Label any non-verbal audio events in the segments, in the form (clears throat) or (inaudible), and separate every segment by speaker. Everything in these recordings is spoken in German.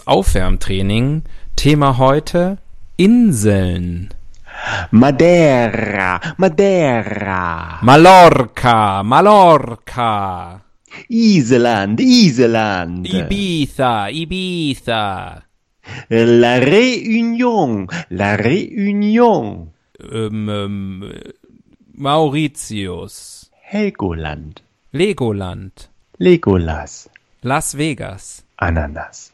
Speaker 1: Moderationsaufwärmtraining. Thema heute Inseln.
Speaker 2: Madeira, Madeira,
Speaker 1: Mallorca, Mallorca.
Speaker 2: Island, Island,
Speaker 1: Ibiza, Ibiza.
Speaker 2: La Réunion, La Réunion,
Speaker 1: Ähm, ähm, Mauritius.
Speaker 2: Helgoland,
Speaker 1: Legoland.
Speaker 2: Legolas,
Speaker 1: Las Vegas.
Speaker 2: Ananas.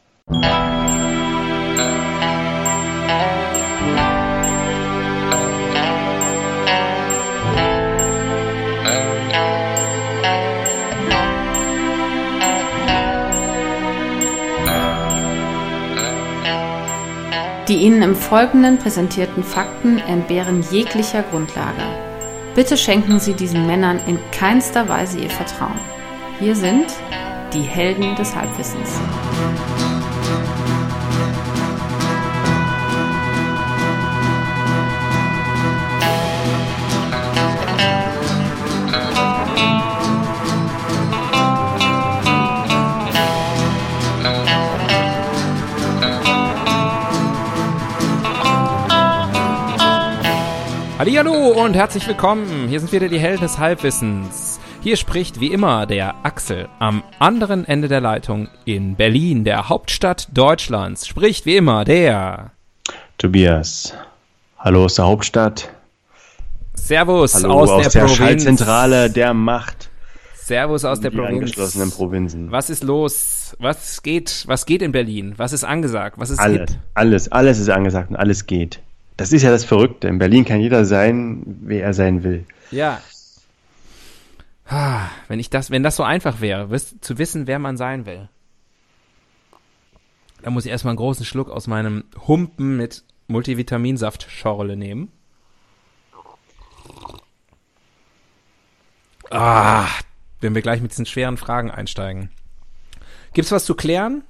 Speaker 3: Die Ihnen im Folgenden präsentierten Fakten entbehren jeglicher Grundlage. Bitte schenken Sie diesen Männern in keinster Weise Ihr Vertrauen. Hier sind die Helden des Halbwissens.
Speaker 1: Hallihallo und herzlich willkommen. Hier sind wieder die Helden des Halbwissens. Hier spricht wie immer der Axel am anderen Ende der Leitung in Berlin, der Hauptstadt Deutschlands. Spricht wie immer der
Speaker 2: Tobias, hallo aus der Hauptstadt,
Speaker 1: Servus
Speaker 2: hallo
Speaker 1: aus,
Speaker 2: aus
Speaker 1: der,
Speaker 2: der,
Speaker 1: Provinz.
Speaker 2: Schallzentrale der Macht,
Speaker 1: Servus aus der
Speaker 2: die
Speaker 1: Provinz.
Speaker 2: angeschlossenen Provinzen.
Speaker 1: Was ist los? Was geht? Was geht in Berlin? Was ist angesagt? Was ist
Speaker 2: Alles,
Speaker 1: hip?
Speaker 2: alles, alles ist angesagt und alles geht. Das ist ja das Verrückte. In Berlin kann jeder sein, wer er sein will.
Speaker 1: Ja. Ah, Wenn ich das, wenn das so einfach wäre, wiss, zu wissen, wer man sein will. Da muss ich erstmal einen großen Schluck aus meinem Humpen mit Multivitaminsaft-Schorle nehmen. Ah, wenn wir gleich mit diesen schweren Fragen einsteigen. Gibt's was zu klären?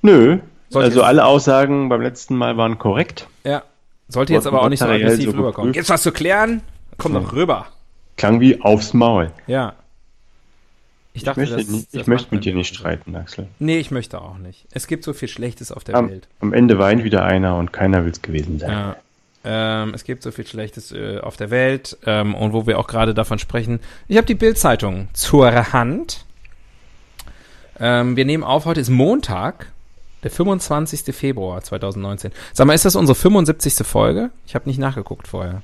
Speaker 2: Nö,
Speaker 1: Sollte
Speaker 2: also
Speaker 1: jetzt-
Speaker 2: alle Aussagen beim letzten Mal waren korrekt.
Speaker 1: Ja. Sollte jetzt
Speaker 2: Sollten
Speaker 1: aber auch nicht so
Speaker 2: notariell
Speaker 1: aggressiv
Speaker 2: so
Speaker 1: rüberkommen.
Speaker 2: geprüft.
Speaker 1: Gibt's was zu klären? Komm doch rüber.
Speaker 2: Klang wie aufs Maul.
Speaker 1: Ja. Ich
Speaker 2: Ich
Speaker 1: dachte,
Speaker 2: möchte,
Speaker 1: das,
Speaker 2: nicht,
Speaker 1: das
Speaker 2: ich möchte
Speaker 1: macht man
Speaker 2: mit dir nicht
Speaker 1: so.
Speaker 2: streiten, Axel.
Speaker 1: Nee, ich möchte auch nicht. Es gibt so viel Schlechtes auf der
Speaker 2: Am,
Speaker 1: Welt.
Speaker 2: am Ende weint wieder einer und keiner will es gewesen sein.
Speaker 1: Ja. Ähm, es gibt so viel Schlechtes äh, auf der Welt ähm, und wo wir auch gerade davon sprechen. Ich habe die Bild-Zeitung zur Hand. Ähm, wir nehmen auf, heute ist Montag, der 25. Februar 2019. Sag mal, ist das unsere 75. Folge? Ich habe nicht nachgeguckt vorher.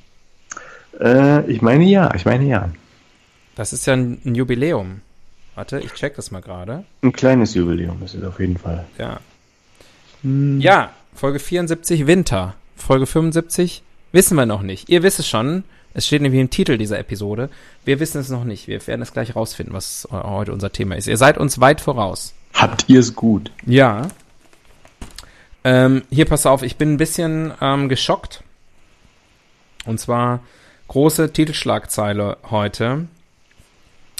Speaker 2: Äh, ich meine ja, ich meine ja.
Speaker 1: Das ist ja ein, ein Jubiläum. Warte, ich check das mal gerade.
Speaker 2: Ein kleines Jubiläum ist es auf jeden Fall.
Speaker 1: Ja. Ja, Folge 74 Winter. Folge 75 wissen wir noch nicht. Ihr wisst es schon. Es steht nämlich im Titel dieser Episode. Wir wissen es noch nicht. Wir werden es gleich rausfinden, was äh, heute unser Thema ist. Ihr seid uns weit voraus.
Speaker 2: Habt ihr es gut?
Speaker 1: Ja. Ähm, hier, pass auf, ich bin ein bisschen ähm, geschockt. Und zwar große Titelschlagzeile heute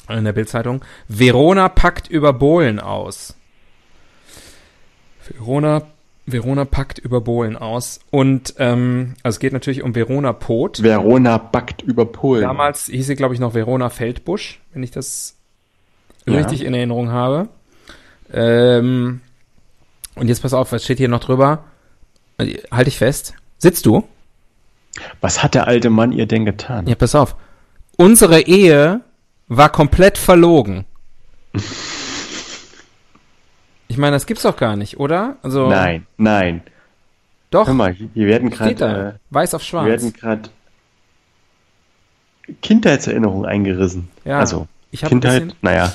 Speaker 1: in der Bildzeitung. Verona packt über Bohlen aus. Verona, Verona packt über Bohlen aus. Und ähm, also es geht natürlich um Verona Pot.
Speaker 2: Verona backt über Polen.
Speaker 1: Damals hieß sie, glaube ich, noch Verona Feldbusch, wenn ich das
Speaker 2: Ja.
Speaker 1: richtig in Erinnerung habe. Ähm, und jetzt pass auf, was steht hier noch drüber? Äh, Halt dich fest. Sitzt du?
Speaker 2: Was hat der alte Mann ihr denn getan?
Speaker 1: Ja, pass auf. Unsere Ehe war komplett
Speaker 2: (laughs)
Speaker 1: verlogen. Ich meine, das gibt's doch gar nicht, oder? Also,
Speaker 2: Nein, nein.
Speaker 1: Doch,
Speaker 2: Hör mal, wir werden
Speaker 1: steht da.
Speaker 2: gerade
Speaker 1: Weiß auf
Speaker 2: äh, wir
Speaker 1: schwarz.
Speaker 2: werden gerade Kindheitserinnerungen eingerissen.
Speaker 1: Ja,
Speaker 2: also
Speaker 1: ich hab ein
Speaker 2: Kindheit,
Speaker 1: bisschen-
Speaker 2: naja.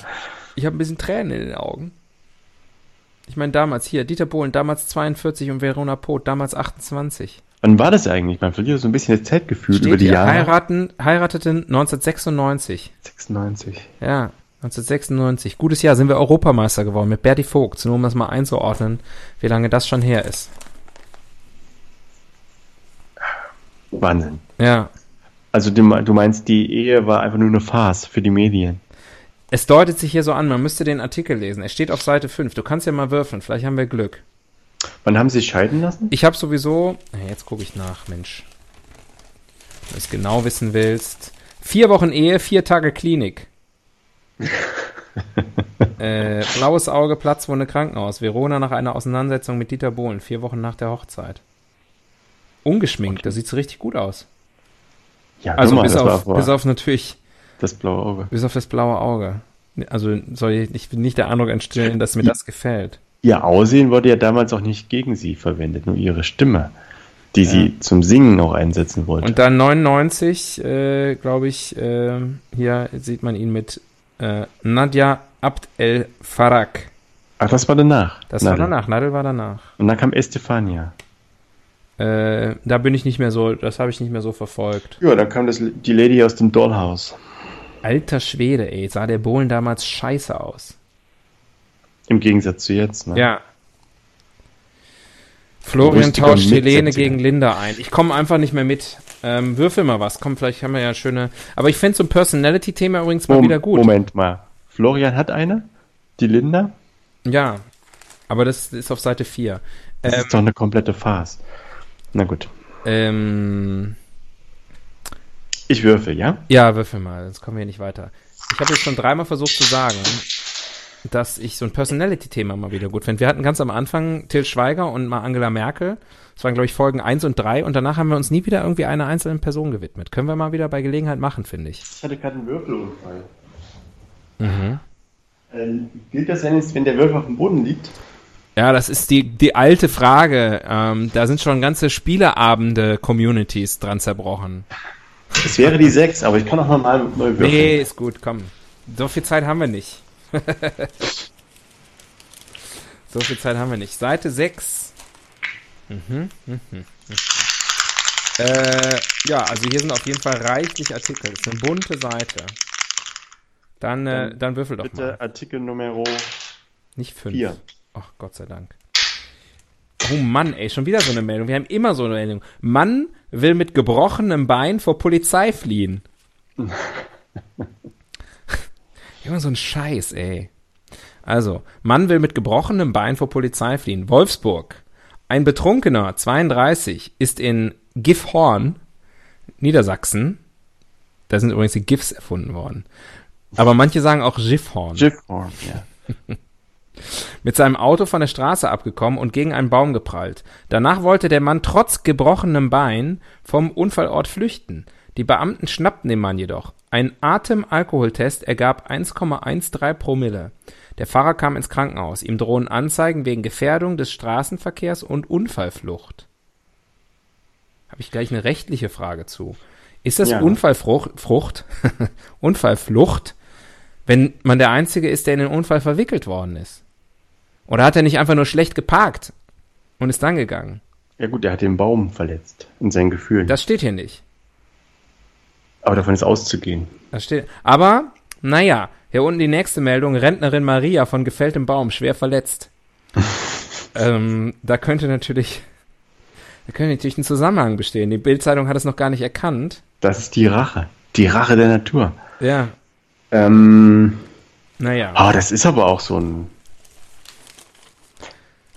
Speaker 1: Ich habe ein bisschen Tränen in den Augen. Ich meine, damals hier, Dieter Bohlen, damals 42 und Verona Poth, damals 28.
Speaker 2: Wann war das eigentlich? Man verliert so ein bisschen das Zeitgefühl
Speaker 1: Steht
Speaker 2: über die
Speaker 1: hier,
Speaker 2: Jahre.
Speaker 1: Heiraten, heirateten 1996.
Speaker 2: 96.
Speaker 1: Ja, 1996. Gutes Jahr sind wir Europameister geworden mit Berti Vogt. Nur um das mal einzuordnen, wie lange das schon her ist.
Speaker 2: Wahnsinn.
Speaker 1: Ja.
Speaker 2: Also du du meinst, die Ehe war einfach nur eine Farce für die Medien.
Speaker 1: Es deutet sich hier so an, man müsste den Artikel lesen. Er steht auf Seite 5. Du kannst ja mal würfeln, vielleicht haben wir Glück.
Speaker 2: Wann haben sie sich scheiden lassen?
Speaker 1: Ich habe sowieso. Ja, Jetzt gucke ich nach, Mensch. Wenn du es genau wissen
Speaker 2: (laughs)
Speaker 1: willst. Vier Wochen Ehe, vier Tage Klinik. Äh, blaues Auge, Platzwunde, Krankenhaus. Verona nach einer Auseinandersetzung mit Dieter Bohlen, vier Wochen nach der Hochzeit. Ungeschminkt, da sieht's richtig gut aus.
Speaker 2: Ja,
Speaker 1: Also
Speaker 2: guck mal,
Speaker 1: bis,
Speaker 2: das war
Speaker 1: auf,
Speaker 2: vor
Speaker 1: bis auf natürlich,
Speaker 2: das blaue Auge.
Speaker 1: bis auf das blaue Auge. Also soll ich nicht, nicht der Eindruck entstehen, dass mir das gefällt.
Speaker 2: Ihr Aussehen wurde ja damals auch nicht gegen sie verwendet, nur ihre Stimme, die sie zum Singen auch einsetzen wollte.
Speaker 1: Und dann 99, äh, glaube ich, äh, hier sieht man ihn mit äh, Nadja Abd el Farak.
Speaker 2: Ach, das war danach.
Speaker 1: Das
Speaker 2: Nadel.
Speaker 1: war danach, Nadel war danach.
Speaker 2: Und dann kam Estefania.
Speaker 1: Äh, da bin ich nicht mehr so, das habe ich nicht mehr so verfolgt.
Speaker 2: Ja, dann kam das, die Lady aus dem Dollhouse.
Speaker 1: Alter Schwede, ey, sah der Bohlen damals scheiße aus.
Speaker 2: Im Gegensatz zu jetzt, ne?
Speaker 1: Ja. Florian
Speaker 2: Lustiger
Speaker 1: tauscht
Speaker 2: Mix
Speaker 1: Helene
Speaker 2: jetzt wieder.
Speaker 1: gegen Linda ein. Ich komme einfach nicht mehr mit. Ähm, würfel mal was. Komm, vielleicht haben wir ja schöne. Aber ich fände so ein Personality-Thema übrigens mal
Speaker 2: Mom
Speaker 1: wieder gut.
Speaker 2: Moment mal. Florian hat eine? Die Linda?
Speaker 1: Ja. Aber das ist auf Seite 4.
Speaker 2: Das
Speaker 1: Ähm,
Speaker 2: ist doch eine komplette Farce. Na gut.
Speaker 1: ähm,
Speaker 2: Ich würfel, ja?
Speaker 1: ja, würfel mal, sonst kommen wir nicht weiter. Ich habe jetzt schon dreimal versucht zu sagen, dass ich so ein Personality-Thema mal wieder gut finde. Wir hatten ganz am Anfang Till Schweiger und mal Angela Merkel. Das waren, glaube ich, Folgen 1 und 3 und danach haben wir uns nie wieder irgendwie einer einzelnen Person gewidmet. Können wir mal wieder bei Gelegenheit machen, finde ich.
Speaker 2: Ich hatte gerade einen Würfelunfall. Mhm. gilt das denn jetzt, wenn der Würfel auf dem Boden liegt?
Speaker 1: Ja, das ist die, die alte Frage. Ähm, da sind schon ganze Spieleabende-Communities dran zerbrochen.
Speaker 2: Es wäre die 6, aber ich kann auch nochmal neu würfeln.
Speaker 1: Nee, ist gut, komm. So viel Zeit haben wir nicht. (laughs) so viel Zeit haben wir nicht. Seite 6. Mhm, mhm, mhm. Äh, ja, also hier sind auf jeden Fall reichlich Artikel. Das ist eine bunte Seite. Dann, äh,
Speaker 2: Dann
Speaker 1: dann würfel doch mal.
Speaker 2: Bitte Artikel Numero.
Speaker 1: Nicht fünf.
Speaker 2: Vier.
Speaker 1: Ach, Gott sei Dank. Oh Mann, ey, schon wieder so eine Meldung. Wir haben immer so eine Meldung. Mann will mit gebrochenem Bein vor Polizei fliehen. immer so ein Scheiß, ey. Also, Mann will mit gebrochenem Bein vor Polizei fliehen. Wolfsburg. Ein Betrunkener, 32, ist in Gifhorn, Niedersachsen. Da sind übrigens die GIFs erfunden worden. Aber manche sagen auch Gifhorn
Speaker 2: Jiffhorn, ja.
Speaker 1: mit seinem Auto von der Straße abgekommen und gegen einen Baum geprallt. Danach wollte der Mann trotz gebrochenem Bein vom Unfallort flüchten. Die Beamten schnappten den Mann jedoch. Ein Atemalkoholtest ergab 1,13 Promille. Der Fahrer kam ins Krankenhaus. Ihm drohen Anzeigen wegen Gefährdung des Straßenverkehrs und Unfallflucht. Habe ich gleich eine rechtliche Frage zu. Ist das
Speaker 2: Ja.
Speaker 1: Unfallfrucht, Frucht, (laughs) Unfallflucht, wenn man der Einzige ist, der in den Unfall verwickelt worden ist? Oder hat er nicht einfach nur schlecht geparkt und ist dann gegangen?
Speaker 2: Ja gut, er hat den Baum verletzt in seinen Gefühlen.
Speaker 1: Das steht hier nicht.
Speaker 2: aber davon ist auszugehen.
Speaker 1: Das steht. Aber, naja, hier unten die nächste Meldung: Rentnerin Maria von gefälltem Baum schwer
Speaker 2: (laughs)
Speaker 1: verletzt. ähm, da könnte natürlich, da könnte natürlich ein Zusammenhang bestehen. Die Bildzeitung hat es noch gar nicht erkannt.
Speaker 2: Das ist die Rache. Die Rache der Natur.
Speaker 1: Ja,
Speaker 2: Ähm,
Speaker 1: naja.
Speaker 2: ah, das ist aber auch so ein.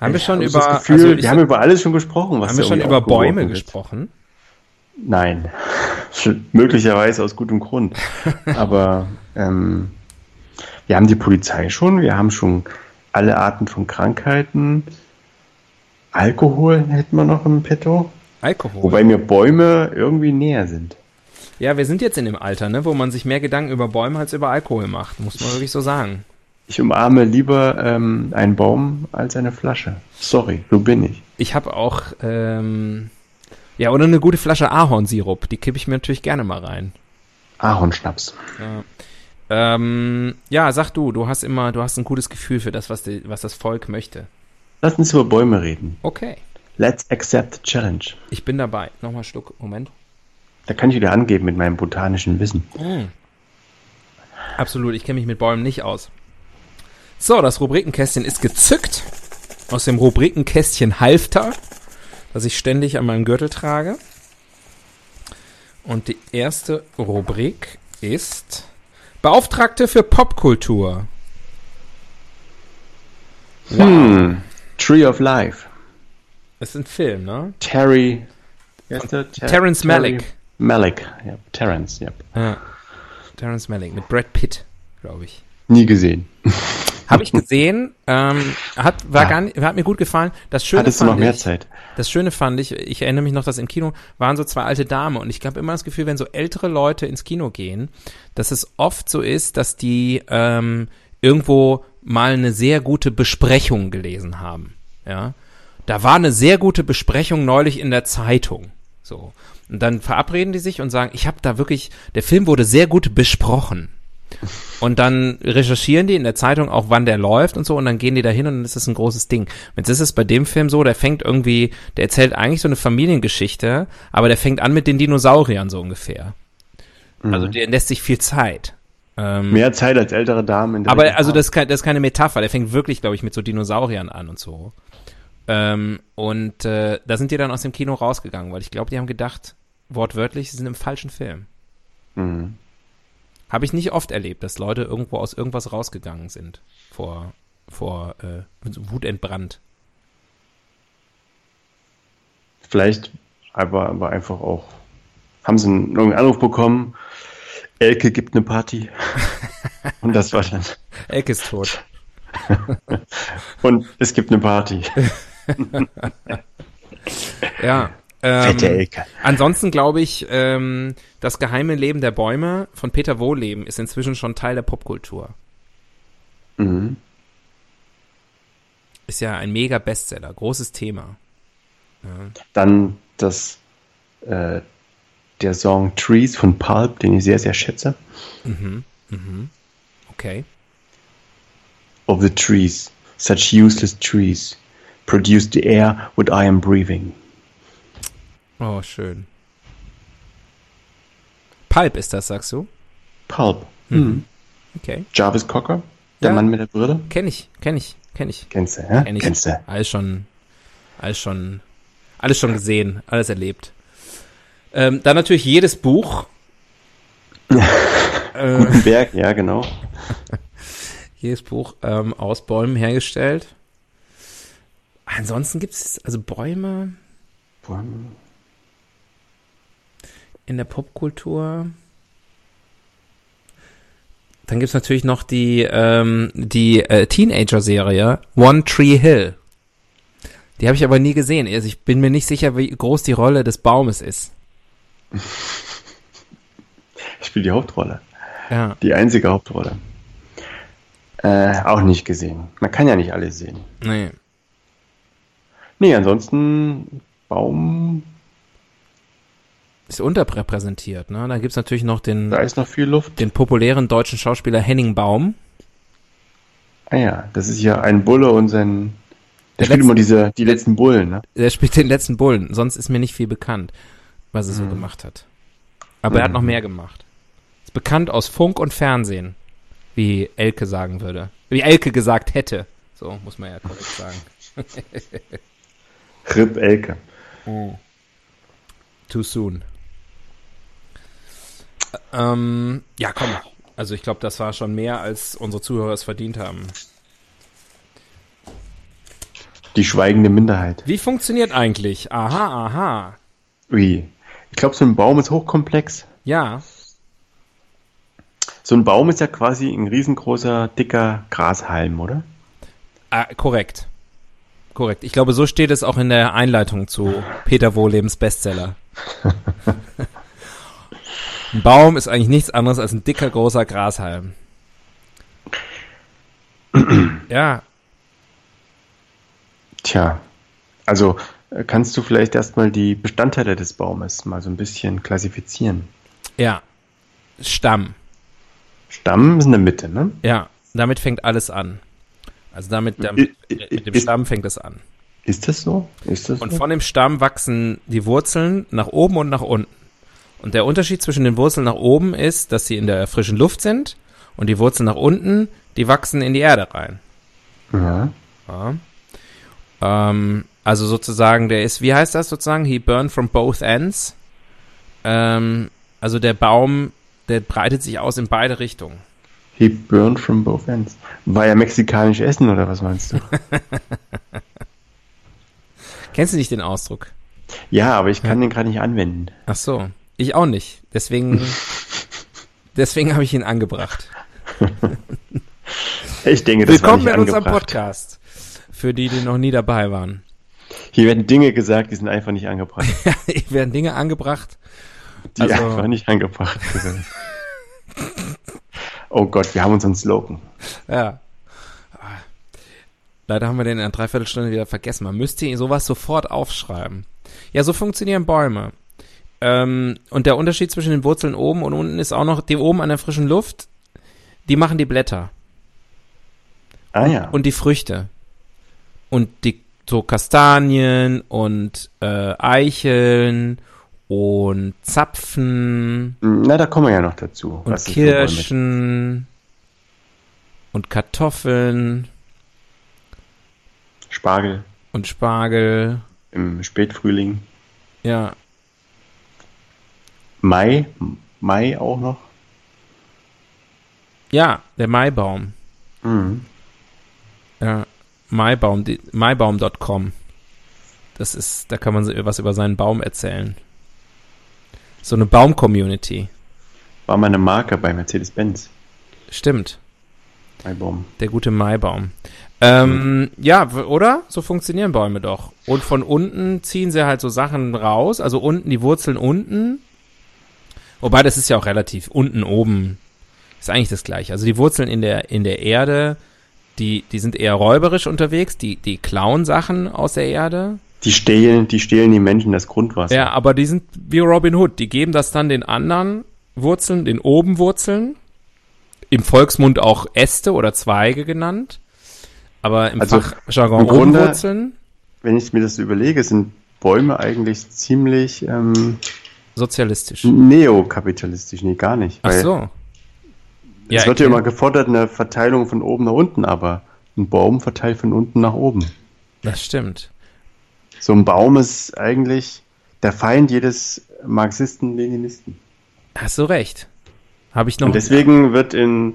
Speaker 1: haben wir
Speaker 2: Ich
Speaker 1: schon
Speaker 2: hab
Speaker 1: über,
Speaker 2: Das Gefühl,
Speaker 1: also ich-
Speaker 2: wir haben über alles schon gesprochen. Was
Speaker 1: haben wir
Speaker 2: da
Speaker 1: schon
Speaker 2: irgendwie
Speaker 1: über Bäume
Speaker 2: aufgeworfen wird.
Speaker 1: gesprochen?
Speaker 2: Nein. Möglicherweise aus gutem Grund. Aber ähm, wir haben die Polizei schon, wir haben schon alle Arten von Krankheiten. Alkohol hätten wir noch im Petto.
Speaker 1: Alkohol.
Speaker 2: Wobei mir Bäume irgendwie näher sind.
Speaker 1: ja, wir sind jetzt in dem Alter, ne, wo man sich mehr Gedanken über Bäume als über Alkohol macht, muss man wirklich so sagen.
Speaker 2: Ich umarme lieber ähm, einen Baum als eine Flasche. Sorry, so bin ich.
Speaker 1: Ich habe auch, ähm, ja, oder eine gute Flasche Ahornsirup. Die kippe ich mir natürlich gerne mal rein.
Speaker 2: Ahornschnaps.
Speaker 1: Ähm, ja, sag du, du hast immer, du hast ein gutes Gefühl für das, was, die, was das Volk möchte.
Speaker 2: Lass uns über Bäume reden.
Speaker 1: Okay,
Speaker 2: Let's accept the challenge.
Speaker 1: ich bin dabei. Nochmal Schluck, Moment.
Speaker 2: Da kann ich wieder angeben mit meinem botanischen Wissen.
Speaker 1: Hm. Absolut, ich kenne mich mit Bäumen nicht aus. So, das Rubrikenkästchen ist gezückt. Aus dem Rubrikenkästchen Halfter, das ich ständig an meinem Gürtel trage. Und die erste Rubrik ist Beauftragte für Popkultur.
Speaker 2: Hm. Tree of Life.
Speaker 1: Das ist ein Film, ne?
Speaker 2: Terry. Wer ist der? Ter
Speaker 1: Terrence Malick.
Speaker 2: Malick, ja. Terrence, ja.
Speaker 1: Ja. Terrence Malick mit Brad Pitt, glaube ich.
Speaker 2: Nie gesehen.
Speaker 1: Habe ich gesehen, ähm, hat, war
Speaker 2: Ja.
Speaker 1: gar nicht, hat mir gut gefallen. Das Schöne
Speaker 2: Ah. Hattest du
Speaker 1: fand
Speaker 2: noch mehr
Speaker 1: ich,
Speaker 2: Zeit?
Speaker 1: Das Schöne fand ich, ich erinnere mich noch, dass im Kino waren so zwei alte Damen und ich habe immer das Gefühl, wenn so ältere Leute ins Kino gehen, dass es oft so ist, dass die ähm, irgendwo mal eine sehr gute Besprechung gelesen haben. Ja, da war eine sehr gute Besprechung neulich in der Zeitung. So und dann verabreden die sich und sagen, ich habe da wirklich, der Film wurde sehr gut besprochen. Und dann recherchieren die in der Zeitung auch, wann der läuft und so, und dann gehen die da hin und dann ist das ein großes Ding. Jetzt ist es bei dem Film so, der fängt irgendwie, der erzählt eigentlich so eine Familiengeschichte, aber der fängt an mit den Dinosauriern so ungefähr. Also der lässt sich viel Zeit. Ähm,
Speaker 2: Mhm. Mehr Zeit als ältere Damen in der
Speaker 1: aber
Speaker 2: Regel
Speaker 1: also
Speaker 2: haben.
Speaker 1: das ist, kein, das ist keine Metapher, der fängt wirklich, glaube ich, mit so Dinosauriern an und so. Ähm, und äh, da sind die dann aus dem Kino rausgegangen, weil ich glaube, die haben gedacht, wortwörtlich, sie sind im falschen Film.
Speaker 2: Mhm.
Speaker 1: Habe ich nicht oft erlebt, dass Leute irgendwo aus irgendwas rausgegangen sind. Vor, vor äh, Wut entbrannt.
Speaker 2: Vielleicht aber, aber einfach auch. Haben sie einen, irgendeinen Anruf bekommen? Elke gibt eine
Speaker 1: (laughs)
Speaker 2: Party. Und das war dann.
Speaker 1: Elke ist tot.
Speaker 2: Und es gibt
Speaker 1: (laughs)
Speaker 2: eine Party.
Speaker 1: Ähm, Ja. Ähm,
Speaker 2: (laughs) Fette Elke.
Speaker 1: Ansonsten glaube ich, ähm, das geheime Leben der Bäume von Peter Wohleben ist inzwischen schon Teil der Popkultur.
Speaker 2: Mhm.
Speaker 1: Ist ja ein mega Bestseller, großes Thema.
Speaker 2: Dann das, äh, der Song Trees von Pulp, den ich sehr, sehr schätze.
Speaker 1: Okay.
Speaker 2: Of the trees, such useless trees, produce the air what I am breathing.
Speaker 1: Oh, schön. Pulp ist das, sagst du?
Speaker 2: Pulp.
Speaker 1: Okay.
Speaker 2: Jarvis Cocker, der
Speaker 1: Ja.
Speaker 2: Mann mit der Brille.
Speaker 1: Kenn ich, kenn ich, kenn ich.
Speaker 2: Kennst du, ja?
Speaker 1: Kenn ich.
Speaker 2: Kennst
Speaker 1: (laughs)
Speaker 2: du.
Speaker 1: Alles schon, alles schon, alles schon gesehen, alles erlebt. Ähm, dann natürlich jedes Buch. äh,
Speaker 2: Gutenberg, ja, genau.
Speaker 1: jedes Buch ähm, aus Bäumen hergestellt. Ansonsten gibt es also Bäume in der Popkultur. Dann gibt es natürlich noch die, ähm, die äh, Teenager-Serie One Tree Hill. Die habe ich aber nie gesehen. Also ich bin mir nicht sicher, wie groß die Rolle des Baumes ist.
Speaker 2: Ich spiele die Hauptrolle.
Speaker 1: Ja,
Speaker 2: Die einzige Hauptrolle. Äh, auch nicht gesehen. Man kann ja nicht alle sehen.
Speaker 1: nee.
Speaker 2: Nee, ansonsten Baum,
Speaker 1: Ist unterrepräsentiert, ne? Dann gibt es natürlich noch den,
Speaker 2: da ist noch viel Luft.
Speaker 1: den populären deutschen Schauspieler Henning Baum.
Speaker 2: Ah ja, das ist ja ein Bulle und sein.
Speaker 1: Der
Speaker 2: Der, spielt
Speaker 1: letzte-
Speaker 2: immer diese, die letzten Bullen, ne?
Speaker 1: Der spielt den letzten Bullen. Sonst ist mir nicht viel bekannt, was er so gemacht hat. Aber er hat noch mehr gemacht. Ist bekannt aus Funk und Fernsehen, wie Elke sagen würde. Wie Elke gesagt hätte. So muss man ja korrekt sagen.
Speaker 2: Rip Elke.
Speaker 1: Too soon. Ähm, ja, komm. Also ich glaube, das war schon mehr, als unsere Zuhörer es verdient haben.
Speaker 2: Die schweigende Minderheit.
Speaker 1: Wie funktioniert eigentlich? Aha, aha.
Speaker 2: Ui. Ich glaube, so ein Baum ist hochkomplex.
Speaker 1: Ja,
Speaker 2: So ein Baum ist ja quasi ein riesengroßer, dicker Grashalm, oder?
Speaker 1: Ah, korrekt. Korrekt. Ich glaube, so steht es auch in der Einleitung zu Peter Wohlebens Bestseller. ein Baum ist eigentlich nichts anderes als ein dicker, großer Grashalm. ja,
Speaker 2: Tja. Also äh, kannst du vielleicht erstmal die Bestandteile des Baumes mal so ein bisschen klassifizieren.
Speaker 1: ja. Stamm.
Speaker 2: Stamm ist in der Mitte, ne?
Speaker 1: Ja, damit fängt alles an. Also damit, damit
Speaker 2: I-
Speaker 1: mit dem
Speaker 2: i-
Speaker 1: Stamm fängt es an.
Speaker 2: Ist das so? Ist das
Speaker 1: Und
Speaker 2: so?
Speaker 1: von dem Stamm wachsen die Wurzeln nach oben und nach unten. Und der Unterschied zwischen den Wurzeln nach oben ist, dass sie in der frischen Luft sind und die Wurzeln nach unten, die wachsen in die Erde rein.
Speaker 2: Ja.
Speaker 1: Ähm, also sozusagen, der ist, wie heißt das sozusagen? He burned from both ends. Ähm, also der Baum, der breitet sich aus in beide Richtungen.
Speaker 2: He burned from both ends. War ja mexikanisch Essen, oder was meinst du?
Speaker 1: Kennst du nicht den Ausdruck?
Speaker 2: ja, aber ich kann den gerade nicht anwenden.
Speaker 1: Ach so, ich auch nicht. Deswegen, deswegen habe ich ihn angebracht.
Speaker 2: Ich denke, das
Speaker 1: Willkommen
Speaker 2: war
Speaker 1: in
Speaker 2: nicht
Speaker 1: unserem
Speaker 2: angebracht.
Speaker 1: Podcast. Für die, die noch nie dabei waren. (laughs)
Speaker 2: Hier werden Dinge gesagt, die sind einfach nicht angebracht.
Speaker 1: Hier werden Dinge angebracht.
Speaker 2: Die
Speaker 1: Also-
Speaker 2: einfach nicht angebracht sind. oh Gott, wir haben unseren Slogan.
Speaker 1: Ja. Ah. Leider haben wir den in einer Dreiviertelstunde wieder vergessen. Man müsste sowas sofort aufschreiben. Ja, so funktionieren Bäume. Ähm, und der Unterschied zwischen den Wurzeln oben und unten ist auch noch, die oben an der frischen Luft, die machen die Blätter
Speaker 2: Ah ja.
Speaker 1: und die Früchte. Und die so Kastanien und äh, Eicheln und Zapfen
Speaker 2: Na, da kommen wir ja noch dazu.
Speaker 1: und
Speaker 2: es für Bäume gibt.
Speaker 1: Kirschen und Kartoffeln
Speaker 2: Spargel
Speaker 1: und Spargel.
Speaker 2: im Spätfrühling.
Speaker 1: Ja,
Speaker 2: Mai. Mai auch noch.
Speaker 1: Ja, der Maibaum.
Speaker 2: Mhm.
Speaker 1: Ja, Maibaum, die- maibaum.com. Das ist, da kann man so was über seinen Baum erzählen. So eine Baum-Community.
Speaker 2: War meine Marke bei Mercedes-Benz.
Speaker 1: Stimmt,
Speaker 2: Maibaum.
Speaker 1: der gute Maibaum. Ähm, ja, w- oder? So funktionieren Bäume doch. Und von unten ziehen sie halt so Sachen raus, also unten, die Wurzeln unten. Wobei, das ist ja auch relativ. Unten, oben. Ist eigentlich das gleiche. Also die Wurzeln in der, in der Erde, die, die sind eher räuberisch unterwegs, die, die klauen Sachen aus der Erde.
Speaker 2: Die stehlen, die stehlen die Menschen das Grundwasser.
Speaker 1: Ja, aber die sind wie Robin Hood. Die geben das dann den anderen Wurzeln, den oben Wurzeln. Im Volksmund auch Äste oder Zweige genannt. Aber im
Speaker 2: Also,
Speaker 1: Fachjargon
Speaker 2: im Grunde-
Speaker 1: oben Wurzeln.
Speaker 2: Wenn ich mir das so überlege, sind Bäume eigentlich ziemlich ähm,
Speaker 1: Sozialistisch.
Speaker 2: neokapitalistisch. Nee, gar nicht.
Speaker 1: Ach
Speaker 2: Weil
Speaker 1: so. äh,
Speaker 2: es wird ja
Speaker 1: erklär-
Speaker 2: immer gefordert, eine Verteilung von oben nach unten, aber ein Baum verteilt von unten nach oben.
Speaker 1: Das stimmt.
Speaker 2: So ein Baum ist eigentlich der Feind jedes Marxisten, Leninisten.
Speaker 1: Hast du recht. Habe ich noch.
Speaker 2: Und deswegen wird in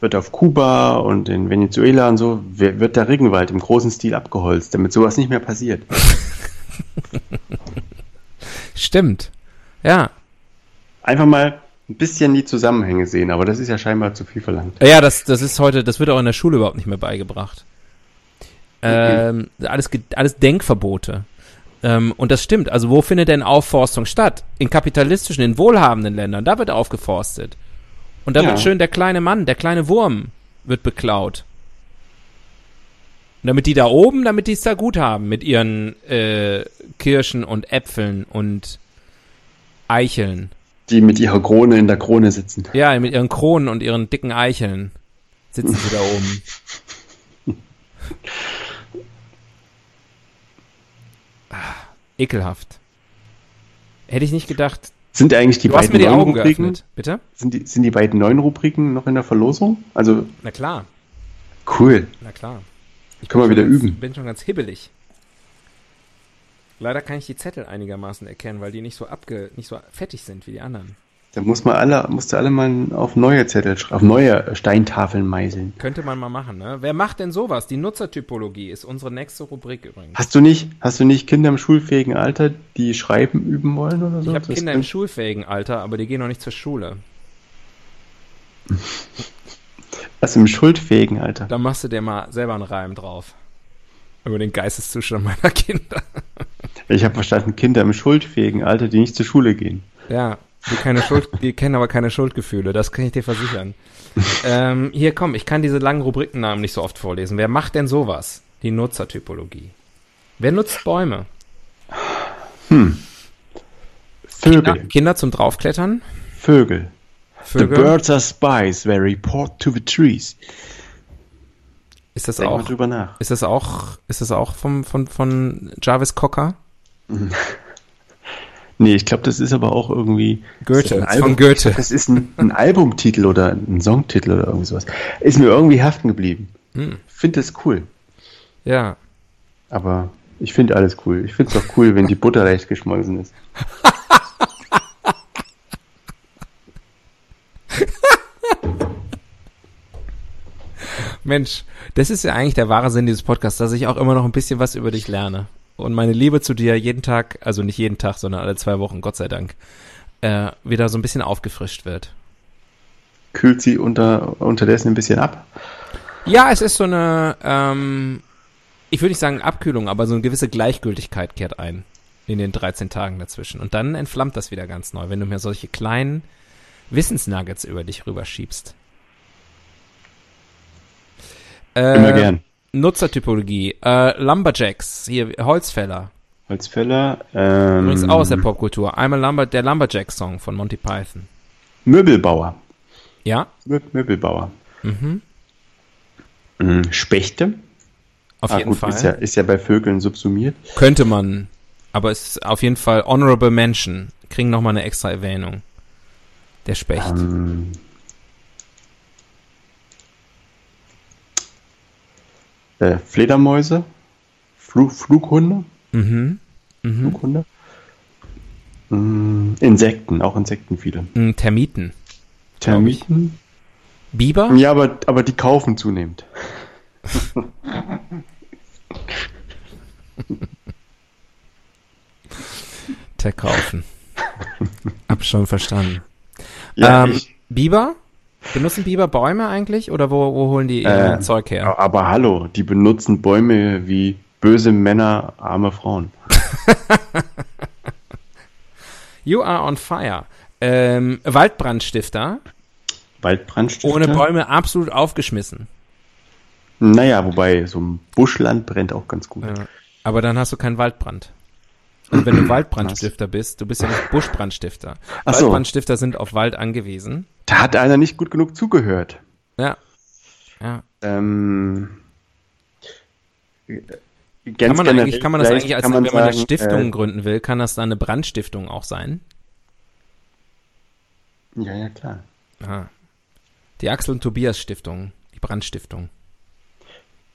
Speaker 2: wird auf Kuba und in Venezuela und so wer- wird der Regenwald im großen Stil abgeholzt, damit sowas nicht mehr passiert.
Speaker 1: Stimmt. Ja.
Speaker 2: Einfach mal ein bisschen die Zusammenhänge sehen, aber das ist ja scheinbar zu viel verlangt.
Speaker 1: Ja, das, das ist heute, das wird auch in der Schule überhaupt nicht mehr beigebracht. Ähm, alles, ge- alles Denkverbote. Ähm, und das stimmt. Also wo findet denn Aufforstung statt? In kapitalistischen, in wohlhabenden Ländern, da wird aufgeforstet. Und da
Speaker 2: Ja.
Speaker 1: wird schön der kleine Mann, der kleine Wurm wird beklaut. Und damit die da oben, damit die es da gut haben mit ihren äh, Kirschen und Äpfeln und Eicheln.
Speaker 2: Die mit ihrer Krone in der Krone sitzen.
Speaker 1: Ja, mit ihren Kronen und ihren dicken Eicheln sitzen sie da oben. Ah, Ekelhaft. Hätte ich nicht gedacht.
Speaker 2: Sind eigentlich die
Speaker 1: Du hast mir
Speaker 2: beiden
Speaker 1: die
Speaker 2: neuen
Speaker 1: Augen
Speaker 2: Rubriken?
Speaker 1: geöffnet. Bitte?
Speaker 2: Sind die, sind die beiden neuen Rubriken noch in der Verlosung? Also
Speaker 1: Na klar,
Speaker 2: cool.
Speaker 1: na klar.
Speaker 2: Können wir wieder
Speaker 1: ganz,
Speaker 2: üben.
Speaker 1: Bin schon ganz hibbelig. Leider kann ich die Zettel einigermaßen erkennen, weil die nicht so abge, nicht so fettig sind wie die anderen.
Speaker 2: Da muss man alle, musste alle mal auf neue Zettel, sch- auf neue Steintafeln meißeln.
Speaker 1: Könnte man mal machen, ne? Wer macht denn sowas? Die Nutzertypologie ist unsere nächste Rubrik übrigens.
Speaker 2: Hast du nicht, hast du nicht Kinder im schulfähigen Alter, die schreiben üben wollen oder so?
Speaker 1: Ich habe
Speaker 2: Das
Speaker 1: Kinder im
Speaker 2: könnte-
Speaker 1: schulfähigen Alter, aber die gehen noch nicht zur Schule.
Speaker 2: Was im schuldfähigen Alter?
Speaker 1: Da machst du dir mal selber einen Reim drauf. Über den Geisteszustand meiner (laughs) Kinder.
Speaker 2: Ich habe verstanden, Kinder im schuldfähigen Alter, die nicht zur Schule gehen.
Speaker 1: Ja, die, keine Schuld, die kennen aber keine Schuldgefühle, das kann ich dir
Speaker 2: (laughs)
Speaker 1: versichern. ähm, hier, komm, ich kann diese langen Rubrikennamen nicht so oft vorlesen. Wer macht denn sowas? Die Nutzertypologie. Wer nutzt Bäume?
Speaker 2: Vögel,
Speaker 1: Ja, Kinder zum Draufklettern?
Speaker 2: Vögel. The
Speaker 1: Vögel?
Speaker 2: birds are spies, they report to the trees.
Speaker 1: Ist das
Speaker 2: Denk mal
Speaker 1: auch,
Speaker 2: drüber nach.
Speaker 1: ist das auch, ist das auch vom, von, von Jarvis Cocker?
Speaker 2: Nee, ich glaube, das ist aber auch irgendwie.
Speaker 1: Goethe,
Speaker 2: ist
Speaker 1: ist
Speaker 2: ein
Speaker 1: von Goethe.
Speaker 2: Das ist ein, ein Albumtitel oder ein Songtitel oder irgendwie sowas. Ist mir irgendwie haften geblieben.
Speaker 1: Hm.
Speaker 2: Finde das cool.
Speaker 1: Ja.
Speaker 2: Aber ich finde alles cool. Ich finde es auch cool, wenn die Butter leicht geschmolzen ist.
Speaker 1: Mensch, das ist ja eigentlich der wahre Sinn dieses Podcasts, dass ich auch immer noch ein bisschen was über dich lerne. Und meine Liebe zu dir jeden Tag, also nicht jeden Tag, sondern alle zwei Wochen, Gott sei Dank, äh, wieder so ein bisschen aufgefrischt wird.
Speaker 2: kühlt sie unter, unterdessen ein bisschen ab.
Speaker 1: Ja, es ist so eine, ähm, ich würde nicht sagen Abkühlung, aber so eine gewisse Gleichgültigkeit kehrt ein in den 13 Tagen dazwischen. Und dann entflammt das wieder ganz neu, wenn du mir solche kleinen Wissensnuggets über dich rüberschiebst. Äh,
Speaker 2: Immer gern.
Speaker 1: Nutzertypologie. Äh, Lumberjacks, hier Holzfäller.
Speaker 2: Holzfäller. Ähm,
Speaker 1: Übrigens auch aus der Popkultur. Einmal Lumber der Lumberjack-Song von Monty Python.
Speaker 2: Möbelbauer.
Speaker 1: Ja?
Speaker 2: Mö Möbelbauer.
Speaker 1: Mhm.
Speaker 2: Mhm. Spechte.
Speaker 1: Auf
Speaker 2: Ah,
Speaker 1: jeden
Speaker 2: gut,
Speaker 1: Fall.
Speaker 2: Ist ja, ist ja bei Vögeln subsumiert.
Speaker 1: Könnte man. Aber es ist auf jeden Fall Honorable Mention. Kriegen nochmal eine extra Erwähnung. Der Specht.
Speaker 2: Ähm, äh, Fledermäuse. Flu Flughunde.
Speaker 1: mhm. Mhm.
Speaker 2: Flughunde. Mhm. Insekten, auch Insekten viele.
Speaker 1: Mm, Termiten.
Speaker 2: Termiten.
Speaker 1: Biber?
Speaker 2: Ja, aber, aber die kaufen zunehmend. (laughs)
Speaker 1: Verkaufen. Hab schon verstanden.
Speaker 2: Ja,
Speaker 1: ähm,
Speaker 2: ich,
Speaker 1: Biber? Benutzen Biber Bäume eigentlich? Oder wo, wo holen die ihr
Speaker 2: Äh,
Speaker 1: Zeug her?
Speaker 2: aber hallo, die benutzen Bäume wie böse Männer, arme Frauen.
Speaker 1: You are on fire. Ähm, Waldbrandstifter.
Speaker 2: Waldbrandstifter.
Speaker 1: Ohne Bäume absolut aufgeschmissen.
Speaker 2: Naja, wobei so ein Buschland brennt auch ganz gut.
Speaker 1: Ja. Aber dann hast du keinen Waldbrand. Und wenn du
Speaker 2: (clears throat)
Speaker 1: Waldbrandstifter bist, du bist ja nicht Buschbrandstifter.
Speaker 2: Ach so.
Speaker 1: Waldbrandstifter sind auf Wald angewiesen.
Speaker 2: Da hat einer nicht gut genug zugehört.
Speaker 1: Ja. Ja.
Speaker 2: Ähm,
Speaker 1: Kann man, eigentlich, kann man das eigentlich, als wenn man eine Stiftung
Speaker 2: Äh,
Speaker 1: gründen will, kann das dann eine Brandstiftung auch sein?
Speaker 2: äh, ja, ja, klar.
Speaker 1: Ah. Die Axel und Tobias Stiftung, die Brandstiftung.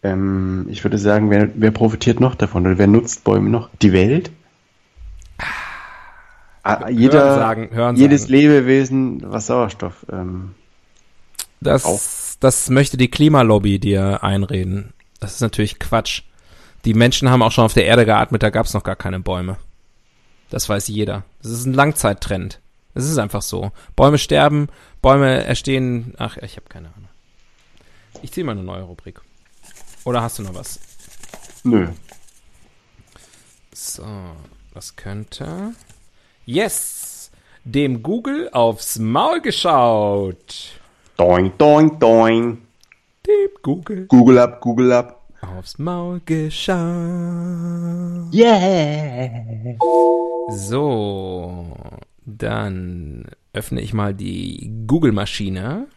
Speaker 2: Ähm, ich würde sagen, wer, wer profitiert noch davon oder wer nutzt Bäume noch? Die Welt? Ah, jeder,
Speaker 1: Hörensagen, Hörensagen.
Speaker 2: jedes Lebewesen, was Sauerstoff. Ähm, Auch.
Speaker 1: Das, das möchte die Klimalobby dir einreden. Das ist natürlich Quatsch. Die Menschen haben auch schon auf der Erde geatmet, da gab es noch gar keine Bäume. Das weiß jeder. Das ist ein Langzeittrend. Es ist einfach so. Bäume sterben, Bäume erstehen. Ach, ich habe keine Ahnung. Ich ziehe mal eine neue Rubrik. Oder hast du noch was?
Speaker 2: nö.
Speaker 1: So, was könnte? Yes! Dem Google aufs Maul geschaut.
Speaker 2: Doing, doing, doing.
Speaker 1: Dem Google
Speaker 2: Google up, Google up.
Speaker 1: aufs Maul geschaut.
Speaker 2: Yeah!
Speaker 1: So, dann öffne ich mal die Google-Maschine.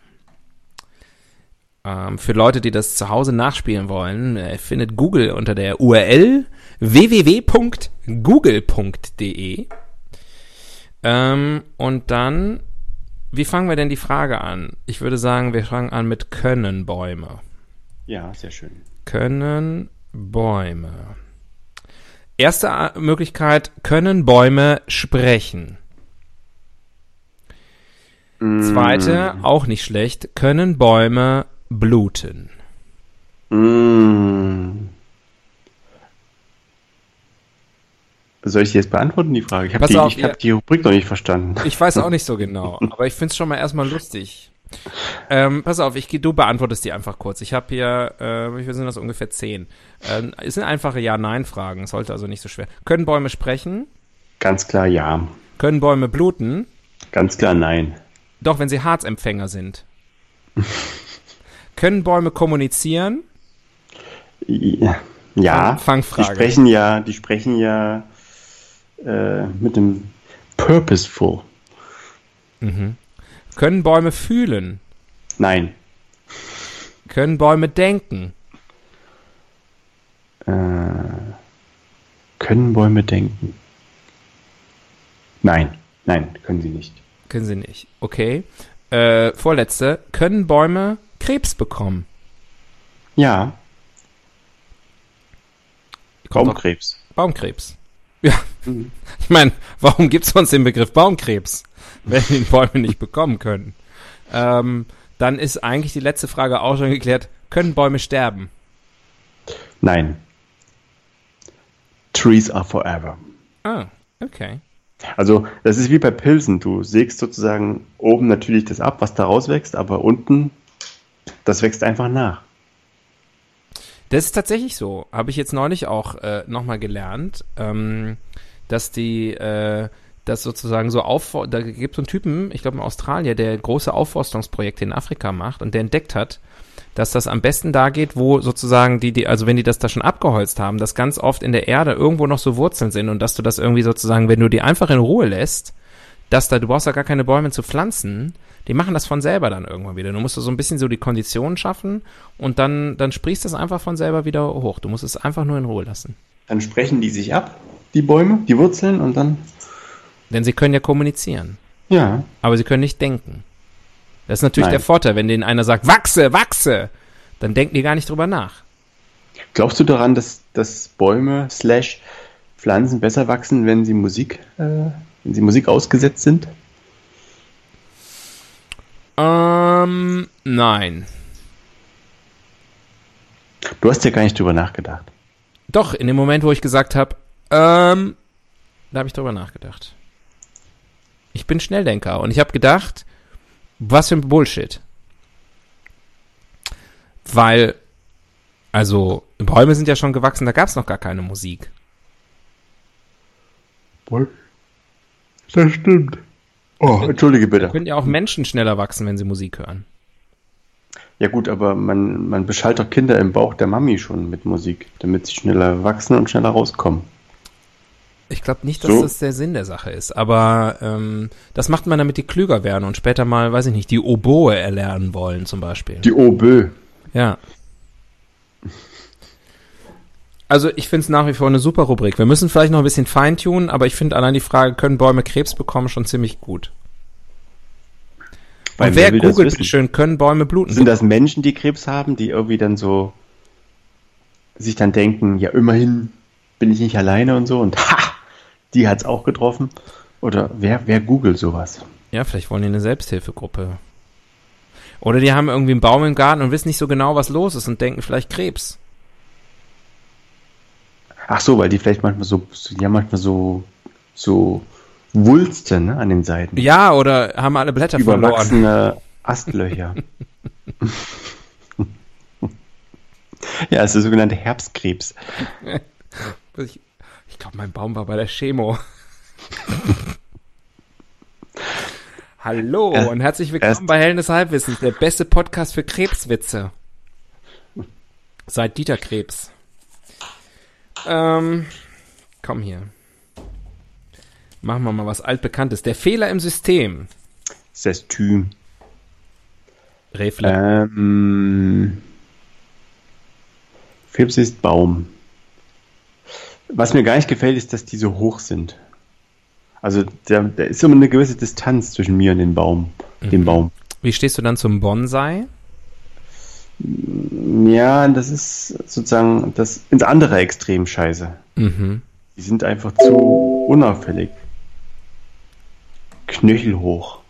Speaker 1: Ähm, für Leute, die das zu Hause nachspielen wollen, äh, findet Google unter der URL www.google.de. Ähm, und dann, wie fangen wir denn die Frage an? Ich würde sagen, wir fangen an mit können Bäume.
Speaker 2: Ja, sehr schön.
Speaker 1: Können Bäume. Erste A- Möglichkeit, können Bäume sprechen? Zweite, auch nicht schlecht, können Bäume bluten?
Speaker 2: Mm. Soll ich die jetzt beantworten, die Frage? Ich habe
Speaker 1: Pass
Speaker 2: die,
Speaker 1: auf,
Speaker 2: ich
Speaker 1: ihr-
Speaker 2: hab die Rubrik noch nicht verstanden.
Speaker 1: Ich weiß auch nicht so genau, aber ich find's schon mal erstmal lustig. Ähm, pass auf, ich, geh- du beantwortest die einfach kurz. Ich habe hier, äh, wie viel sind das, ungefähr zehn. Ähm, es sind einfache Ja-Nein-Fragen, sollte also nicht so schwer. Können Bäume sprechen?
Speaker 2: Ganz klar ja.
Speaker 1: Können Bäume bluten?
Speaker 2: Ganz klar nein.
Speaker 1: Doch, wenn sie Harzempfänger sind. Können Bäume kommunizieren?
Speaker 2: Ja. ja.
Speaker 1: Fangfrage.
Speaker 2: Die sprechen ja, die sprechen ja äh, mit dem Purposeful.
Speaker 1: Können Bäume fühlen?
Speaker 2: Nein.
Speaker 1: Können Bäume denken?
Speaker 2: Äh, Können Bäume denken? Nein. Nein, können sie nicht.
Speaker 1: Können sie nicht. Okay. Äh, vorletzte. Können Bäume Krebs bekommen?
Speaker 2: Ja,
Speaker 1: Kommt doch-
Speaker 2: Baumkrebs.
Speaker 1: Baumkrebs. (laughs) Ja. Ich meine, warum gibt's sonst den Begriff Baumkrebs, wenn die Bäume nicht bekommen können? Ähm, dann ist eigentlich die letzte Frage auch schon geklärt. Können Bäume sterben?
Speaker 2: Nein. Trees are forever.
Speaker 1: Ah, okay.
Speaker 2: Also das ist wie bei Pilzen. Du sägst sozusagen oben natürlich das ab, was da rauswächst, aber unten, das wächst einfach nach.
Speaker 1: Das ist tatsächlich so. Habe ich jetzt neulich auch äh, nochmal gelernt, ähm, dass die, äh, dass sozusagen so auf, da gibt es so einen Typen, ich glaube in Australien, der große Aufforstungsprojekte in Afrika macht und der entdeckt hat, dass das am besten da geht, wo sozusagen die, die, also wenn die das da schon abgeholzt haben, dass ganz oft in der Erde irgendwo noch so Wurzeln sind und dass du das irgendwie sozusagen, wenn du die einfach in Ruhe lässt, dass da, du brauchst da gar keine Bäume zu pflanzen, die machen das von selber dann irgendwann wieder. Du musst so ein bisschen so die Konditionen schaffen und dann, dann sprießt das einfach von selber wieder hoch. Du musst es einfach nur in Ruhe lassen.
Speaker 2: Dann sprechen die sich ab, die Bäume, die Wurzeln und dann.
Speaker 1: Denn sie können ja kommunizieren.
Speaker 2: Ja.
Speaker 1: Aber sie können nicht denken. Das ist natürlich
Speaker 2: Nein.
Speaker 1: der Vorteil, wenn denen einer sagt, wachse, wachse, dann denken die gar nicht drüber nach.
Speaker 2: Glaubst du daran, dass, dass Bäume slash Pflanzen besser wachsen, wenn sie Musik, äh, wenn sie Musik ausgesetzt sind?
Speaker 1: Ähm, nein.
Speaker 2: Du hast ja gar nicht drüber nachgedacht.
Speaker 1: Doch, in dem Moment, wo ich gesagt habe, ähm, da habe ich drüber nachgedacht. Ich bin Schnelldenker und ich habe gedacht, was für ein Bullshit. Weil, also, Bäume sind ja schon gewachsen, da gab es noch gar keine Musik.
Speaker 2: Das stimmt. Oh, entschuldige bitte.
Speaker 1: Könnten ja auch Menschen schneller wachsen, wenn sie Musik hören.
Speaker 2: Ja gut, aber man, man beschallt doch Kinder im Bauch der Mami schon mit Musik, damit sie schneller wachsen und schneller rauskommen.
Speaker 1: Ich glaube nicht, dass
Speaker 2: So.
Speaker 1: das der Sinn der Sache ist, aber ähm, das macht man, damit die klüger werden und später mal, weiß ich nicht, die Oboe erlernen wollen zum Beispiel.
Speaker 2: Die Obö.
Speaker 1: Ja. Also ich finde es nach wie vor eine super Rubrik. Wir müssen vielleicht noch ein bisschen feintunen, aber ich finde allein die Frage, können Bäume Krebs bekommen, schon ziemlich gut.
Speaker 2: Weil
Speaker 1: und
Speaker 2: wer
Speaker 1: wer
Speaker 2: will das
Speaker 1: googelt
Speaker 2: wissen?
Speaker 1: bitte schön, können Bäume bluten?
Speaker 2: Sind das Menschen, die Krebs haben, die irgendwie dann so sich dann denken, ja immerhin bin ich nicht alleine und so und ha, die hat's auch getroffen? Oder wer, wer googelt sowas?
Speaker 1: ja, vielleicht wollen die eine Selbsthilfegruppe. Oder die haben irgendwie einen Baum im Garten und wissen nicht so genau, was los ist und denken vielleicht Krebs.
Speaker 2: Ach so, weil die vielleicht manchmal so, so- ja manchmal so, so Wulste ne, an den Seiten.
Speaker 1: Ja, oder haben alle Blätter verloren.
Speaker 2: Überwachsene Astlöcher. (laughs) ja, es ist der sogenannte Herbstkrebs.
Speaker 1: Ich, ich glaube, mein Baum war bei der Chemo. Hallo und herzlich willkommen
Speaker 2: erst-
Speaker 1: bei Helden des Halbwissens, der beste Podcast für Krebswitze. Seit Dieter Krebs. Ähm, komm hier. Machen wir mal was Altbekanntes. Der Fehler im System.
Speaker 2: Das ist das Thym.
Speaker 1: Reflex.
Speaker 2: Äh. Ähm, Krebs ist Baum. Was mir gar nicht gefällt, ist, dass die so hoch sind. Also da, da ist immer eine gewisse Distanz zwischen mir und dem Baum. Dem Baum.
Speaker 1: Wie stehst du dann zum Bonsai?
Speaker 2: Ja, das ist sozusagen das ins andere Extrem scheiße.
Speaker 1: Mhm.
Speaker 2: Die sind einfach zu unauffällig. Knöchelhoch.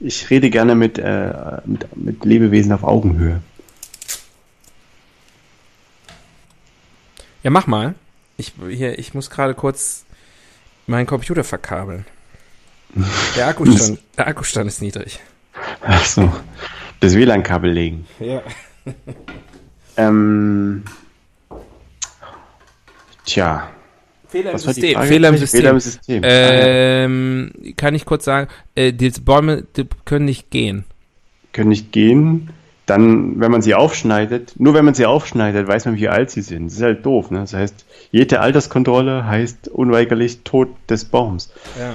Speaker 2: Ich rede gerne mit, äh, mit, mit Lebewesen auf Augenhöhe. (laughs)
Speaker 1: Ja, mach mal. Ich, hier, ich muss gerade kurz meinen Computer verkabeln. Der Akkustand, der Akkustand ist niedrig.
Speaker 2: Achso. Das WLAN-Kabel legen.
Speaker 1: Ja.
Speaker 2: Ähm, tja.
Speaker 1: Fehler im
Speaker 2: Was war die
Speaker 1: System.
Speaker 2: Frage?
Speaker 1: Fehler im System.
Speaker 2: Fehler im System. Ah,
Speaker 1: Ähm, kann ich kurz sagen, äh, die Bäume die können nicht gehen.
Speaker 2: Können nicht gehen. Dann, wenn man sie aufschneidet, nur wenn man sie aufschneidet, weiß man, wie alt sie sind. Das ist halt doof. Ne? Das heißt, jede Alterskontrolle heißt unweigerlich Tod des Baums.
Speaker 1: Ja.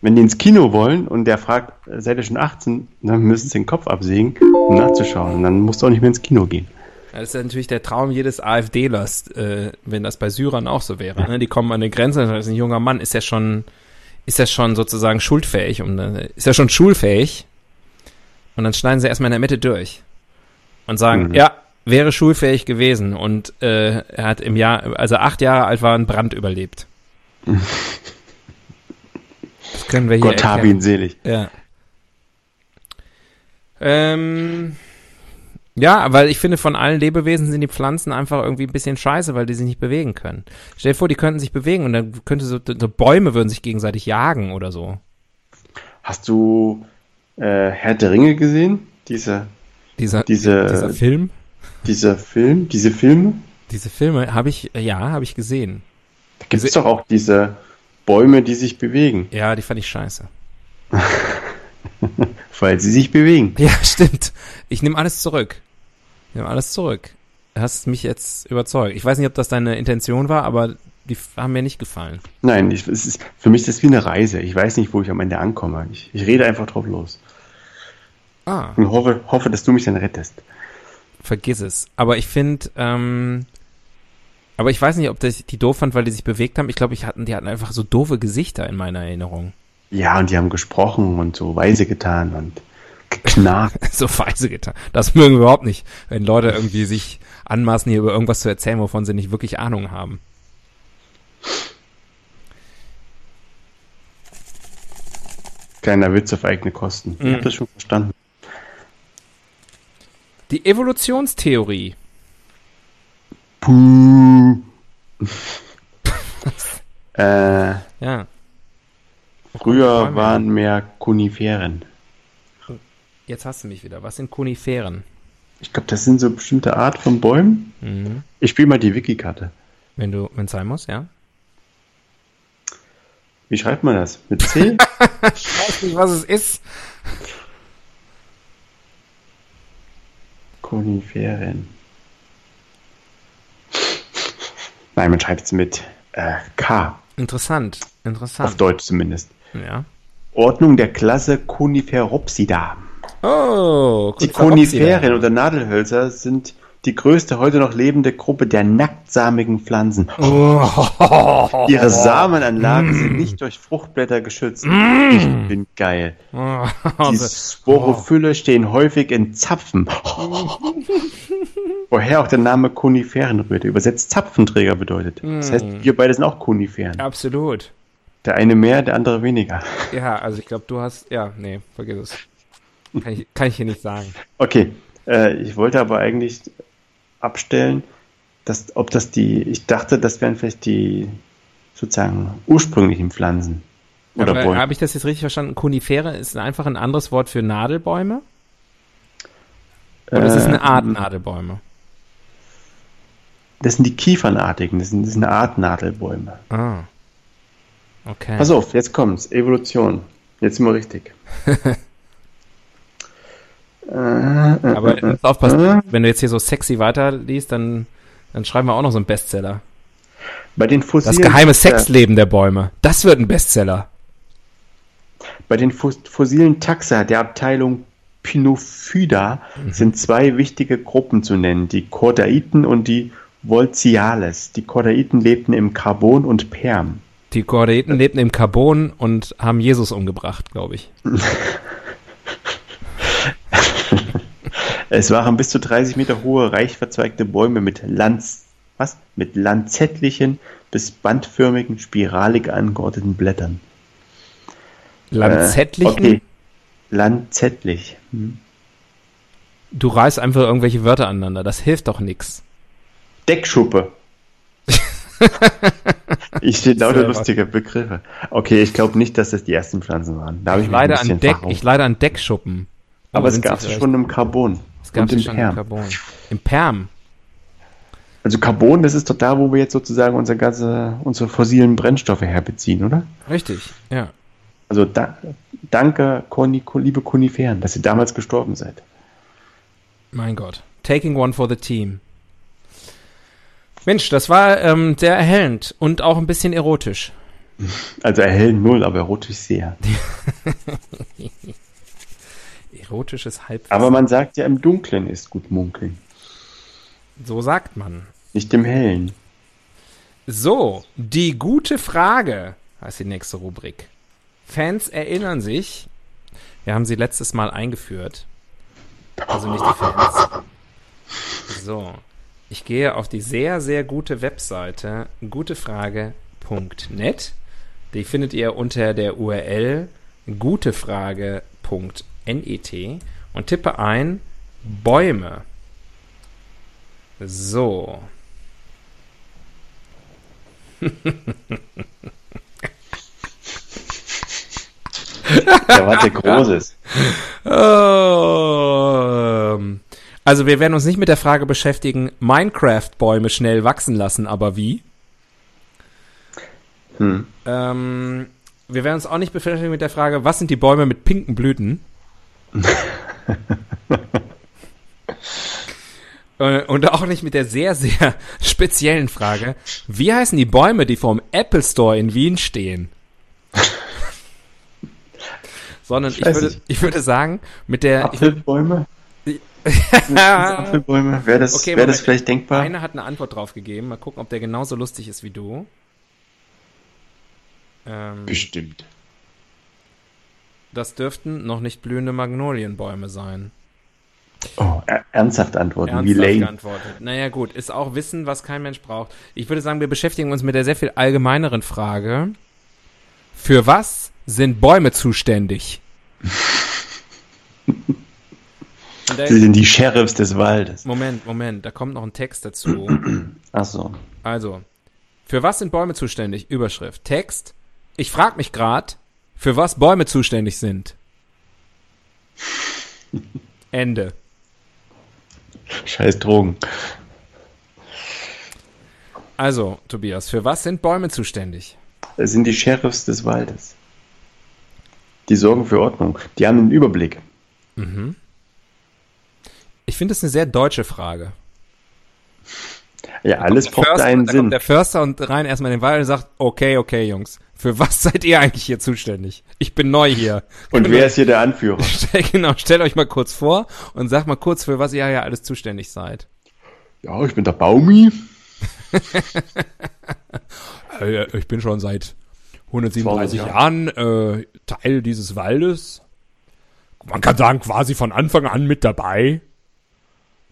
Speaker 2: Wenn die ins Kino wollen und der fragt, äh, seid ihr schon 18, dann müssen sie den Kopf absägen, um nachzuschauen. Und dann musst du auch nicht mehr ins Kino gehen.
Speaker 1: Das ist ja natürlich der Traum jedes AfDlers, äh, wenn das bei Syrern auch so wäre. Ne? Die kommen an eine Grenze, da ist ein junger Mann, ist ja schon, ist ja schon sozusagen schuldfähig, um, dann- ist ja schon schulfähig. Und dann schneiden sie erstmal in der Mitte durch und sagen,
Speaker 2: Mhm.
Speaker 1: ja, wäre schulfähig gewesen und äh, er hat im Jahr, also acht Jahre alt war, einen Brand überlebt. Das können wir hier
Speaker 2: Mhm. Gott habe
Speaker 1: erkennen.
Speaker 2: ihn selig.
Speaker 1: Ja. Ähm, Ja, weil ich finde, von allen Lebewesen sind die Pflanzen einfach irgendwie ein bisschen scheiße, weil die sich nicht bewegen können. Stell dir vor, die könnten sich bewegen und dann könnte so, so Bäume würden sich gegenseitig jagen oder so.
Speaker 2: Hast du äh, Herr der Ringe gesehen? Diese,
Speaker 1: Dieser,
Speaker 2: Diese-
Speaker 1: dieser Film,
Speaker 2: dieser Film, diese Filme?
Speaker 1: diese Filme habe ich, ja, habe ich gesehen.
Speaker 2: Da gibt es doch auch diese Bäume, die sich bewegen,
Speaker 1: Ja, die fand ich scheiße. (laughs)
Speaker 2: weil sie sich bewegen.
Speaker 1: Ja, stimmt. Ich nehme alles zurück. Ich nehme alles zurück. Du hast mich jetzt überzeugt. Ich weiß nicht, ob das deine Intention war, aber die f- haben mir nicht gefallen.
Speaker 2: Nein, ich, es ist, für mich ist das wie eine Reise. Ich weiß nicht, wo ich am Ende ankomme. Ich, ich rede einfach drauf los
Speaker 1: Ah,
Speaker 2: und hoffe, hoffe, dass du mich dann rettest.
Speaker 1: vergiss es. Aber ich finde, ähm, aber ich weiß nicht, ob das die doof fand, weil die sich bewegt haben. Ich glaube, ich hatten, die hatten einfach so doofe Gesichter in meiner Erinnerung. (laughs)
Speaker 2: Ja, und die haben gesprochen und so weise getan und
Speaker 1: (laughs)
Speaker 2: geknarrt.
Speaker 1: so weise getan. Das mögen wir überhaupt nicht, wenn Leute irgendwie sich anmaßen, hier über irgendwas zu erzählen, wovon sie nicht wirklich Ahnung haben.
Speaker 2: Kleiner Witz auf eigene Kosten. Ich habe das schon verstanden.
Speaker 1: Die Evolutionstheorie.
Speaker 2: Puh. äh,
Speaker 1: Ja.
Speaker 2: früher waren mehr Koniferen.
Speaker 1: Jetzt hast du mich wieder. Was sind Koniferen?
Speaker 2: Ich glaube, das sind so bestimmte Art von Bäumen.
Speaker 1: Mhm.
Speaker 2: Ich spiele mal die Wiki-Karte.
Speaker 1: Wenn du, wenn sein muss, ja.
Speaker 2: Wie schreibt man das? Mit C?
Speaker 1: Ich weiß nicht, was es ist.
Speaker 2: Koniferen. Nein, man schreibt es mit äh, K,
Speaker 1: Interessant,
Speaker 2: auf
Speaker 1: interessant.
Speaker 2: Deutsch zumindest.
Speaker 1: Ja.
Speaker 2: Ordnung der Klasse Coniferopsida.
Speaker 1: Oh,
Speaker 2: Die Koniferen oder Nadelhölzer sind die größte heute noch lebende Gruppe der nacktsamigen Pflanzen.
Speaker 1: Oh.
Speaker 2: Ihre Samenanlagen sind nicht durch Fruchtblätter geschützt. Ich bin geil.
Speaker 1: (laughs) Oh.
Speaker 2: Die Sporophylle stehen häufig
Speaker 1: (laughs)
Speaker 2: in Zapfen. Woher auch der Name Koniferen rührt, der übersetzt Zapfenträger bedeutet. Das
Speaker 1: Hm.
Speaker 2: heißt, wir beide sind auch Koniferen.
Speaker 1: Absolut.
Speaker 2: Der eine mehr, der andere weniger.
Speaker 1: Ja, also ich glaube, du hast. Ja, nee, vergiss es. Kann ich, kann ich hier nicht sagen.
Speaker 2: Okay, äh, ich wollte aber eigentlich abstellen, dass, ob das die, ich dachte, das wären vielleicht die sozusagen ursprünglichen Pflanzen. (laughs) Oder
Speaker 1: Aber
Speaker 2: Bäume.
Speaker 1: Habe ich das jetzt richtig verstanden? Konifere ist einfach ein anderes Wort für Nadelbäume? Oder ist
Speaker 2: Äh.
Speaker 1: es eine Art Nadelbäume?
Speaker 2: Das sind die Kiefernartigen, das sind, das sind eine Art Nadelbäume.
Speaker 1: Ah. Okay.
Speaker 2: Pass auf, jetzt kommt's. Evolution. Jetzt sind wir richtig.
Speaker 1: Aber
Speaker 2: äh,
Speaker 1: du musst aufpassen, wenn du jetzt hier so sexy weiterliest, dann, dann schreiben wir auch noch so einen Bestseller.
Speaker 2: Bei den Fossilien,
Speaker 1: Das geheime
Speaker 2: äh,
Speaker 1: Sexleben der Bäume. Das wird ein Bestseller.
Speaker 2: bei den Fos- fossilen Taxa der Abteilung Pinophyda
Speaker 1: Mhm.
Speaker 2: sind zwei wichtige Gruppen zu nennen, die Chordaiten und die Volciales. Die Chordaiten lebten im Carbon und Perm.
Speaker 1: Die Koordinaten lebten im Carbon und haben Jesus umgebracht, glaube ich.
Speaker 2: Es waren bis zu 30 Meter hohe, reich verzweigte Bäume mit Lanz, was? Mit lanzettlichen bis bandförmigen, spiralig angeordneten Blättern.
Speaker 1: Lanzettlichen?
Speaker 2: Äh, okay. Lanzettlich. Hm.
Speaker 1: Du reißt einfach irgendwelche Wörter aneinander. Das hilft doch nix.
Speaker 2: Deckschuppe.
Speaker 1: (laughs)
Speaker 2: ich stehe lauter
Speaker 1: Sehr was.
Speaker 2: lustige Begriffe. Okay, ich glaube nicht, dass das die ersten Pflanzen waren. Da habe ich mich
Speaker 1: Leider
Speaker 2: ein bisschen
Speaker 1: an Deck,
Speaker 2: verhauen.
Speaker 1: ich leide an Deckschuppen. Oh,
Speaker 2: Aber es
Speaker 1: sind
Speaker 2: gab
Speaker 1: sie
Speaker 2: es
Speaker 1: vielleicht.
Speaker 2: schon im Carbon.
Speaker 1: Es gab
Speaker 2: und
Speaker 1: sie
Speaker 2: im
Speaker 1: schon im
Speaker 2: Perm.
Speaker 1: Carbon. Im Perm.
Speaker 2: Also Carbon, das ist doch da, wo wir jetzt sozusagen unsere ganze, unsere fossilen Brennstoffe herbeziehen, oder?
Speaker 1: Richtig, ja.
Speaker 2: Also da, danke, Koni, liebe Koniferen, dass ihr damals gestorben seid.
Speaker 1: Mein Gott. Taking one for the team. Mensch, das war ähm, sehr erhellend und auch ein bisschen erotisch.
Speaker 2: Also erhellen null, aber
Speaker 1: (laughs)
Speaker 2: erotisch sehr.
Speaker 1: Erotisches Halbwissen.
Speaker 2: Aber man sagt ja, im Dunkeln ist gut munkeln,
Speaker 1: so sagt man.
Speaker 2: nicht im Hellen.
Speaker 1: So, die gute Frage heißt die nächste Rubrik. Fans erinnern sich, wir haben sie letztes Mal eingeführt. Also nicht die Fans. So, ich gehe auf die sehr, sehr gute Webseite gutefrage.net. Die findet ihr unter der URL gutefrage.net und tippe ein Bäume. So.
Speaker 2: Der
Speaker 1: (laughs)
Speaker 2: war der Großes.
Speaker 1: Ähm, Also wir werden uns nicht mit der Frage beschäftigen, Minecraft-Bäume schnell wachsen lassen, aber wie?
Speaker 2: Hm.
Speaker 1: Ähm, wir werden uns auch nicht beschäftigen mit der Frage, was sind die Bäume mit pinken
Speaker 2: (laughs)
Speaker 1: Blüten? Äh, Und auch nicht mit der sehr, sehr speziellen Frage, wie heißen die Bäume, die vor dem Apple Store in Wien
Speaker 2: (laughs)
Speaker 1: stehen? Sondern ich,
Speaker 2: weiß
Speaker 1: würde,
Speaker 2: nicht.
Speaker 1: ich würde sagen, mit der... Äh, Ich, (laughs)
Speaker 2: Apfelbäume? Apfelbäume? Wäre das,
Speaker 1: Okay,
Speaker 2: wär das
Speaker 1: Moment.
Speaker 2: vielleicht denkbar?
Speaker 1: Einer hat eine Antwort drauf gegeben. Mal gucken, ob der genauso lustig ist wie du. Ähm,
Speaker 2: Bestimmt.
Speaker 1: das dürften noch nicht blühende Magnolienbäume sein.
Speaker 2: Oh, er- ernsthaft antworten, wie
Speaker 1: Ernsthaft
Speaker 2: lame.
Speaker 1: geantwortet. Naja gut, ist auch Wissen, was kein Mensch braucht. Ich würde sagen, wir beschäftigen uns mit der sehr viel allgemeineren Frage. Für was sind Bäume
Speaker 2: (laughs)
Speaker 1: zuständig? Und da
Speaker 2: Sie sind die Sheriffs des Waldes.
Speaker 1: Moment, Moment, da kommt noch ein Text dazu.
Speaker 2: Ach so.
Speaker 1: Also, für was sind Bäume zuständig? Überschrift. Text. Ich frag mich grad, für was Bäume zuständig sind. Ende.
Speaker 2: Scheiß Drogen.
Speaker 1: Also, Tobias, für was sind Bäume zuständig?
Speaker 2: Das sind die Sheriffs des Waldes. Die sorgen für Ordnung. Die haben einen Überblick.
Speaker 1: Ich finde das eine sehr deutsche Frage.
Speaker 2: Ja, alles braucht
Speaker 1: Förster,
Speaker 2: einen
Speaker 1: da kommt
Speaker 2: Sinn.
Speaker 1: der Förster und rein erstmal in den Wald und sagt, okay, okay, Jungs, für was (laughs) seid ihr eigentlich hier zuständig? Ich bin neu hier.
Speaker 2: Und wer ist hier der Anführer?
Speaker 1: Stell, (laughs) genau, stellt euch mal kurz vor und sagt mal kurz, für was ihr ja alles zuständig seid.
Speaker 2: Ja, ich bin der Baumi.
Speaker 1: Äh, Ich bin schon seit 137
Speaker 2: 20
Speaker 1: Jahren äh, Teil dieses Waldes. Man kann sagen, quasi von Anfang an mit dabei.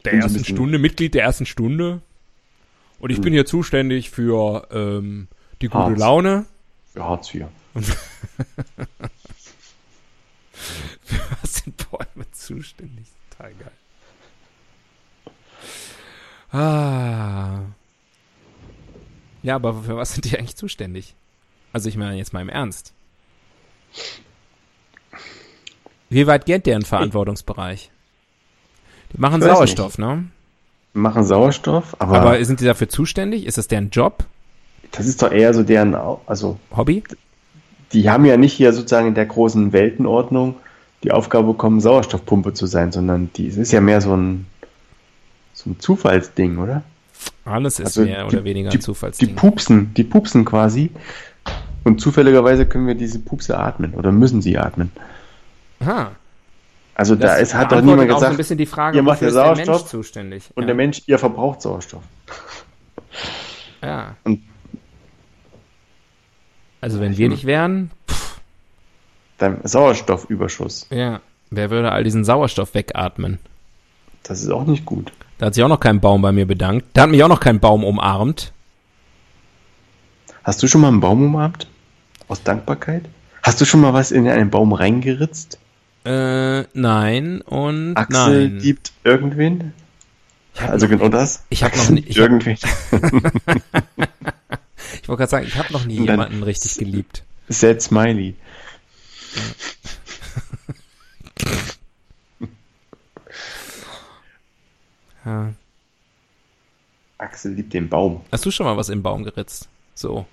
Speaker 1: Der
Speaker 2: Bin so ein
Speaker 1: ersten
Speaker 2: bisschen-
Speaker 1: Stunde, Mitglied der ersten Stunde. Und ich bin hier zuständig für ähm, die gute
Speaker 2: Harz.
Speaker 1: Laune.
Speaker 2: Ja, Hartz IV.
Speaker 1: Was sind Bäume zuständig? Total geil. Ah. Ja, aber für was sind die eigentlich zuständig? Also ich meine jetzt mal im Ernst. Wie weit geht deren Verantwortungsbereich? Die machen
Speaker 2: Ich weiß
Speaker 1: Sauerstoff, ne?
Speaker 2: Machen Sauerstoff, aber,
Speaker 1: Aber sind die dafür zuständig? Ist das deren Job?
Speaker 2: das ist doch eher so deren, Au- also
Speaker 1: Hobby?
Speaker 2: die haben ja nicht hier sozusagen in der großen Weltenordnung die Aufgabe bekommen, Sauerstoffpumpe zu sein, sondern die, es ist ja mehr so ein, so ein Zufallsding, oder?
Speaker 1: Alles ist
Speaker 2: Also
Speaker 1: mehr oder weniger
Speaker 2: die,
Speaker 1: ein
Speaker 2: Die
Speaker 1: Zufallsding.
Speaker 2: pupsen, die pupsen quasi. Und zufälligerweise können wir diese Pupse atmen oder müssen sie atmen.
Speaker 1: Aha.
Speaker 2: Also da
Speaker 1: Das
Speaker 2: ist, hat doch
Speaker 1: beantwortet
Speaker 2: niemand
Speaker 1: auch so ein
Speaker 2: gesagt,
Speaker 1: bisschen die Frage,
Speaker 2: ihr macht
Speaker 1: wofür
Speaker 2: ja
Speaker 1: ist der Mensch
Speaker 2: Sauerstoff
Speaker 1: zuständig.
Speaker 2: und
Speaker 1: ja.
Speaker 2: der Mensch, ihr verbraucht Sauerstoff.
Speaker 1: Ja.
Speaker 2: Und-
Speaker 1: also wenn wir nicht wären,
Speaker 2: Dein Sauerstoffüberschuss,
Speaker 1: ja, wer würde all diesen Sauerstoff wegatmen?
Speaker 2: das ist auch nicht gut.
Speaker 1: Da hat sich auch noch kein Baum bei mir bedankt. Da hat mich auch noch kein Baum umarmt.
Speaker 2: Hast du schon mal einen Baum umarmt? Aus Dankbarkeit? Hast du schon mal was in einen Baum reingeritzt?
Speaker 1: Äh, nein und
Speaker 2: Axel
Speaker 1: nein.
Speaker 2: gibt irgendwen? Also genau das.
Speaker 1: ich hab noch
Speaker 2: (laughs) Axel
Speaker 1: nie-
Speaker 2: liebt
Speaker 1: ich hab-
Speaker 2: irgendwen.
Speaker 1: ich wollte gerade sagen, ich habe noch nie
Speaker 2: Und dann-
Speaker 1: jemanden richtig geliebt.
Speaker 2: Sad Smiley.
Speaker 1: Ja.
Speaker 2: Axel liebt den Baum.
Speaker 1: Hast du schon mal was im Baum geritzt? So.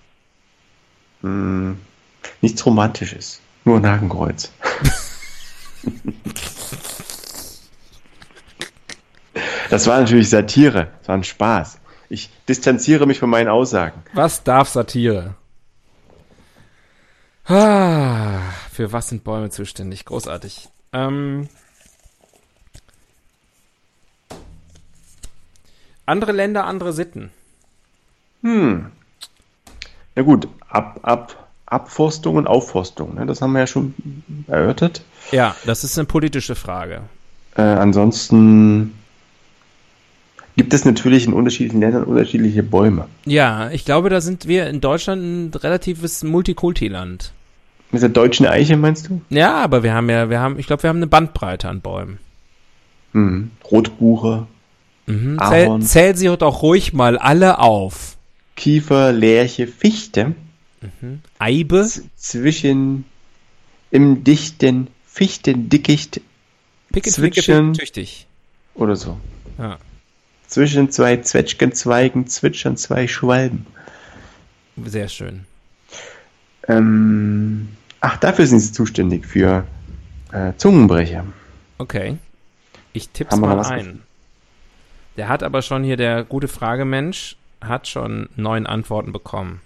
Speaker 2: Hm, nichts Romantisches. Nur ein
Speaker 1: (laughs)
Speaker 2: Hakenkreuz. das war natürlich Satire. Das war ein Spaß. Ich distanziere mich von meinen Aussagen.
Speaker 1: Was darf Satire? Ah, für was sind Bäume zuständig? Großartig. Ähm, andere Länder, andere Sitten.
Speaker 2: Na gut, ab, ab, Abforstung und Aufforstung. Ne? Das haben wir ja schon erörtert.
Speaker 1: Ja, das ist eine politische Frage.
Speaker 2: Äh, ansonsten gibt es natürlich in unterschiedlichen Ländern unterschiedliche Bäume.
Speaker 1: Ja, ich glaube, da sind wir in Deutschland ein relatives Multikulti-Land.
Speaker 2: Mit der deutschen Eiche meinst du?
Speaker 1: Ja, aber wir haben ja, wir haben, ich glaube, wir haben eine Bandbreite an Bäumen.
Speaker 2: Hm. Mhm. Rotbuche,
Speaker 1: Mhm. Zähl,
Speaker 2: Ahorn,
Speaker 1: zähl sie doch ruhig mal alle auf.
Speaker 2: Kiefer, Lärche, Fichte.
Speaker 1: Eibe,
Speaker 2: Z- Zwischen im dichten Fichtendickicht
Speaker 1: picke,
Speaker 2: Zwitschern.
Speaker 1: tüchtig.
Speaker 2: oder so.
Speaker 1: Ja.
Speaker 2: Zwischen zwei Zwetschgenzweigen zwitschern zwei Schwalben.
Speaker 1: Sehr schön.
Speaker 2: Ähm, ach, dafür sind sie zuständig, für äh, Zungenbrecher.
Speaker 1: Okay. Ich tipp's
Speaker 2: Haben wir
Speaker 1: mal
Speaker 2: was
Speaker 1: ein.
Speaker 2: gefunden?
Speaker 1: Der hat aber schon hier, der gute Fragemensch, hat schon neun Antworten bekommen.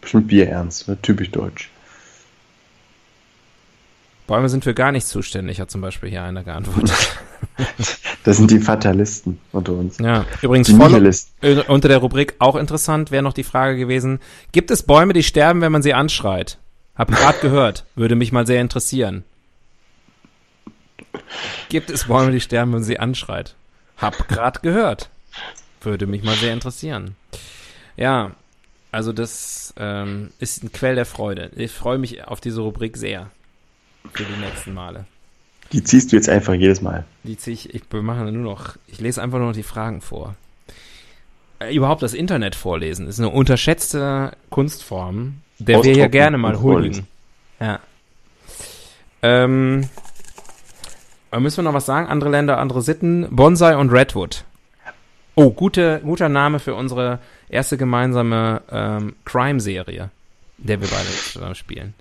Speaker 2: Bestimmt Bierernst, ne? typisch deutsch.
Speaker 1: Bäume sind für gar nichts zuständig, hat zum Beispiel hier einer geantwortet.
Speaker 2: Das sind die Fatalisten unter uns.
Speaker 1: Ja, übrigens
Speaker 2: Die
Speaker 1: voll
Speaker 2: Nihilisten.
Speaker 1: Ö- unter der Rubrik auch interessant wäre noch die Frage gewesen, gibt es Bäume, die sterben, wenn man sie anschreit? Hab grad gehört, würde mich mal sehr interessieren. Gibt es Bäume, die sterben, wenn man sie anschreit? Hab grad gehört, würde mich mal sehr interessieren. Ja, also das ähm, ist ein Quell der Freude. Ich freue mich auf diese Rubrik sehr für die nächsten Male.
Speaker 2: Die ziehst du jetzt einfach jedes Mal.
Speaker 1: Die zieh ich, ich mache nur noch, ich lese einfach nur noch die Fragen vor. Äh, Überhaupt das Internet vorlesen ist eine unterschätzte Kunstform, der wir hier
Speaker 2: Ausdrucken
Speaker 1: gerne mal
Speaker 2: und
Speaker 1: huldigen.
Speaker 2: vorlesen.
Speaker 1: Ja. Ähm, aber müssen wir noch was sagen? Andere Länder, andere Sitten. Bonsai und Redwood. Oh, gute, guter Name für unsere erste gemeinsame ähm, Crime-Serie, in der wir beide zusammen spielen.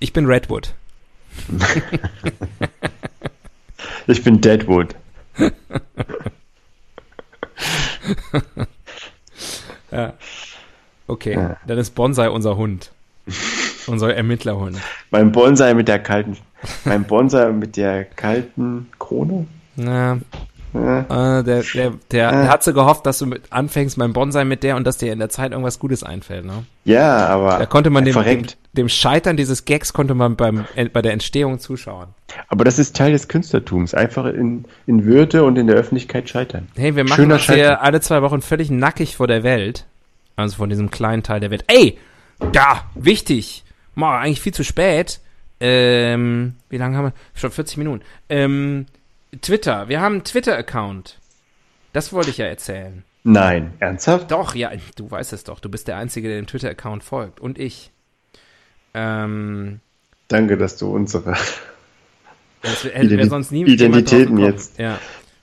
Speaker 1: Ich bin Redwood.
Speaker 2: Ich bin Deadwood.
Speaker 1: Okay,
Speaker 2: Ja.
Speaker 1: dann ist Bonsai unser
Speaker 2: (laughs)
Speaker 1: Hund. unser Ermittlerhund.
Speaker 2: Mein Bonsai mit der kalten, mein Bonsai mit der kalten Krone.
Speaker 1: Na,
Speaker 2: Ja.
Speaker 1: äh, der, der, der hat so gehofft, dass du mit anfängst beim Bonsai mit der und dass dir in der Zeit irgendwas Gutes einfällt. Ne?
Speaker 2: Ja, aber
Speaker 1: Da konnte man dem, dem,
Speaker 2: verreckt.
Speaker 1: dem Scheitern dieses Gags konnte man beim, bei der Entstehung zuschauen.
Speaker 2: Aber das ist Teil des Künstlertums. Einfach in, in Würde und in der Öffentlichkeit scheitern.
Speaker 1: Hey, wir machen
Speaker 2: Schöner
Speaker 1: das hier
Speaker 2: Scheitern.
Speaker 1: alle zwei Wochen völlig nackig vor der Welt. Also von diesem kleinen Teil der Welt. Ey, da, wichtig. Mal, eigentlich viel zu spät. Ähm, wie lange haben wir? Schon 40 Minuten. Ähm, Twitter. Wir haben einen Twitter-Account. Das wollte ich ja erzählen.
Speaker 2: Nein, ernsthaft?
Speaker 1: Doch, ja, du weißt es doch. Du bist der Einzige, der dem Twitter-Account folgt. Und ich. Ähm,
Speaker 2: Danke, dass du unsere
Speaker 1: das hätte wäre
Speaker 2: Ident-
Speaker 1: sonst nie jemand
Speaker 2: Identitäten
Speaker 1: drauf gekommen.
Speaker 2: jetzt.
Speaker 1: Ja,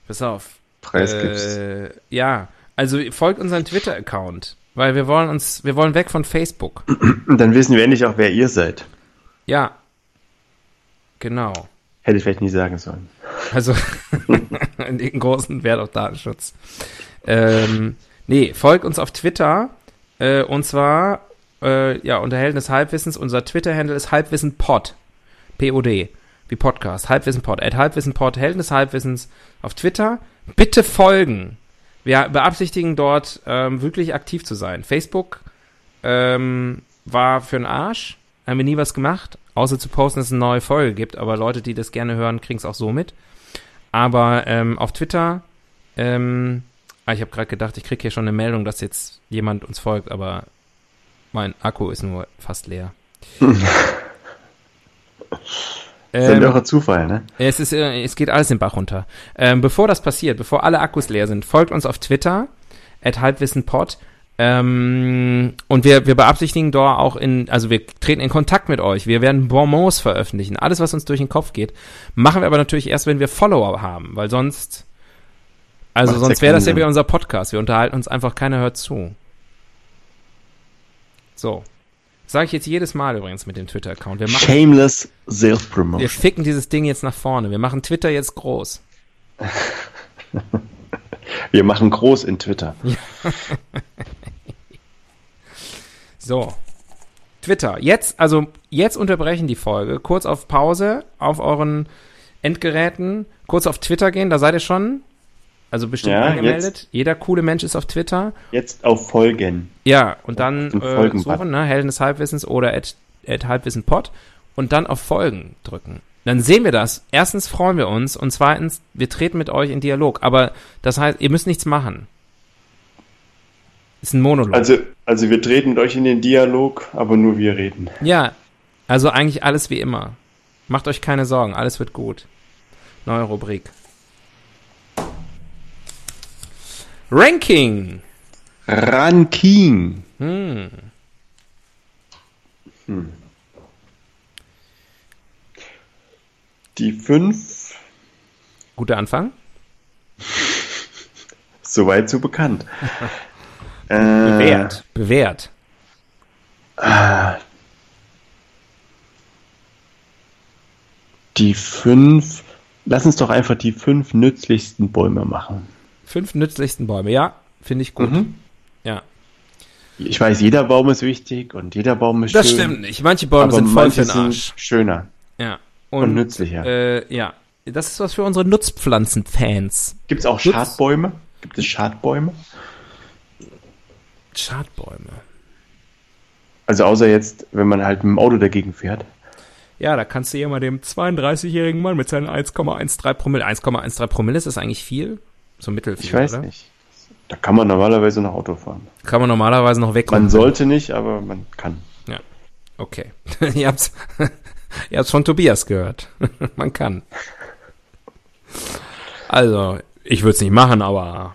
Speaker 1: pass auf.
Speaker 2: Preis gibst.
Speaker 1: Äh, ja, also folgt unseren Twitter-Account, weil wir wollen uns, wir wollen weg von Facebook.
Speaker 2: Und dann wissen wir endlich auch, wer ihr seid.
Speaker 1: Ja, genau.
Speaker 2: Hätte ich vielleicht nie sagen sollen.
Speaker 1: Also (laughs) den großen Wert auf Datenschutz. Ähm, nee, folgt uns auf Twitter äh, und zwar äh, ja unter Helden des Halbwissens. Unser Twitter-Handle ist halbwissenpod. P-O-D. Wie Podcast. Halbwissenpod. At halbwissenpod. Helden des Halbwissens auf Twitter. Bitte folgen. Wir beabsichtigen dort ähm, wirklich aktiv zu sein. Facebook ähm, war für den Arsch. Haben wir nie was gemacht, außer zu posten, dass es eine neue Folge gibt. Aber Leute, die das gerne hören, kriegen es auch so mit. Aber ähm, auf Twitter, ähm, ah, ich habe gerade gedacht, ich krieg hier schon eine Meldung, dass jetzt jemand uns folgt, aber mein Akku ist nur fast leer.
Speaker 2: Das ist ein
Speaker 1: ähm,
Speaker 2: irrer Zufall, ne?
Speaker 1: es, ist, äh, es geht alles den Bach runter. Ähm, bevor das passiert, bevor alle Akkus leer sind, folgt uns auf Twitter, at halbwissenpod. Ähm, und wir, wir beabsichtigen da auch in, also wir treten in Kontakt mit euch. Wir werden Bonbons veröffentlichen. Alles, was uns durch den Kopf geht. Machen wir aber natürlich erst, wenn wir Follower haben, weil sonst, also
Speaker 2: Macht's ja
Speaker 1: sonst wäre
Speaker 2: keinen
Speaker 1: das ja
Speaker 2: Sinn.
Speaker 1: wie unser Podcast. Wir unterhalten uns einfach, keiner hört zu. So. Sage ich jetzt jedes Mal übrigens mit dem Twitter-Account. Wir machen
Speaker 2: Shameless
Speaker 1: wir
Speaker 2: Self-Promotion.
Speaker 1: ficken dieses Ding jetzt nach vorne. Wir machen Twitter jetzt groß.
Speaker 2: Wir machen groß in Twitter.
Speaker 1: So. Twitter. Jetzt, also jetzt unterbrechen die Folge. Kurz auf Pause auf euren Endgeräten. Kurz auf Twitter gehen, da seid ihr schon. Also bestimmt
Speaker 2: Ja,
Speaker 1: angemeldet. Jeder coole Mensch ist auf Twitter.
Speaker 2: Jetzt auf Folgen.
Speaker 1: Ja, und dann
Speaker 2: Den
Speaker 1: äh,
Speaker 2: Folgen-Button.
Speaker 1: suchen, ne? Helden des Halbwissens oder at, at Halbwissenpod und dann auf Folgen drücken. Dann sehen wir das. Erstens freuen wir uns und zweitens, wir treten mit euch in Dialog. Aber das heißt, ihr müsst nichts machen. Ist ein Monolog.
Speaker 2: Also, also wir treten mit euch in den Dialog, aber nur wir reden.
Speaker 1: Ja, also eigentlich alles wie immer. Macht euch keine Sorgen, alles wird gut. Neue Rubrik. Ranking.
Speaker 2: Ranking.
Speaker 1: Hm.
Speaker 2: Die fünf,
Speaker 1: Guter Anfang.
Speaker 2: soweit so bekannt. äh,
Speaker 1: Bewährt. Bewährt.
Speaker 2: Die fünf, lass uns doch einfach die fünf nützlichsten Bäume machen.
Speaker 1: Fünf nützlichsten Bäume. Ja, finde ich gut.
Speaker 2: Mhm.
Speaker 1: Ja.
Speaker 2: Ich weiß, jeder Baum ist wichtig und jeder Baum ist
Speaker 1: Das
Speaker 2: schön.
Speaker 1: stimmt nicht. Manche Bäume sind voll
Speaker 2: manche
Speaker 1: für den Arsch.
Speaker 2: sind schöner
Speaker 1: Ja.
Speaker 2: und, nützlicher.
Speaker 1: Äh, ja. Das ist was für unsere Nutzpflanzen-Fans.
Speaker 2: Gibt es auch
Speaker 1: gibt's-
Speaker 2: Schadbäume? Gibt es Schadbäume?
Speaker 1: Schadbäume.
Speaker 2: Also außer jetzt, wenn man halt mit dem Auto dagegen fährt.
Speaker 1: Ja, da kannst du ja mal dem 32-jährigen Mann mit seinen 1,13 Promille. 1,13 Promille ist das eigentlich viel? So mittel viel,
Speaker 2: Ich weiß
Speaker 1: oder?
Speaker 2: nicht. Da kann man normalerweise noch Auto fahren.
Speaker 1: Kann man normalerweise noch wegkommen.
Speaker 2: Man sollte nicht, aber man kann.
Speaker 1: Ja. Okay. (laughs) ihr, habt's, ihr habt's von Tobias gehört. (laughs) man kann. Also, ich würde es nicht machen, aber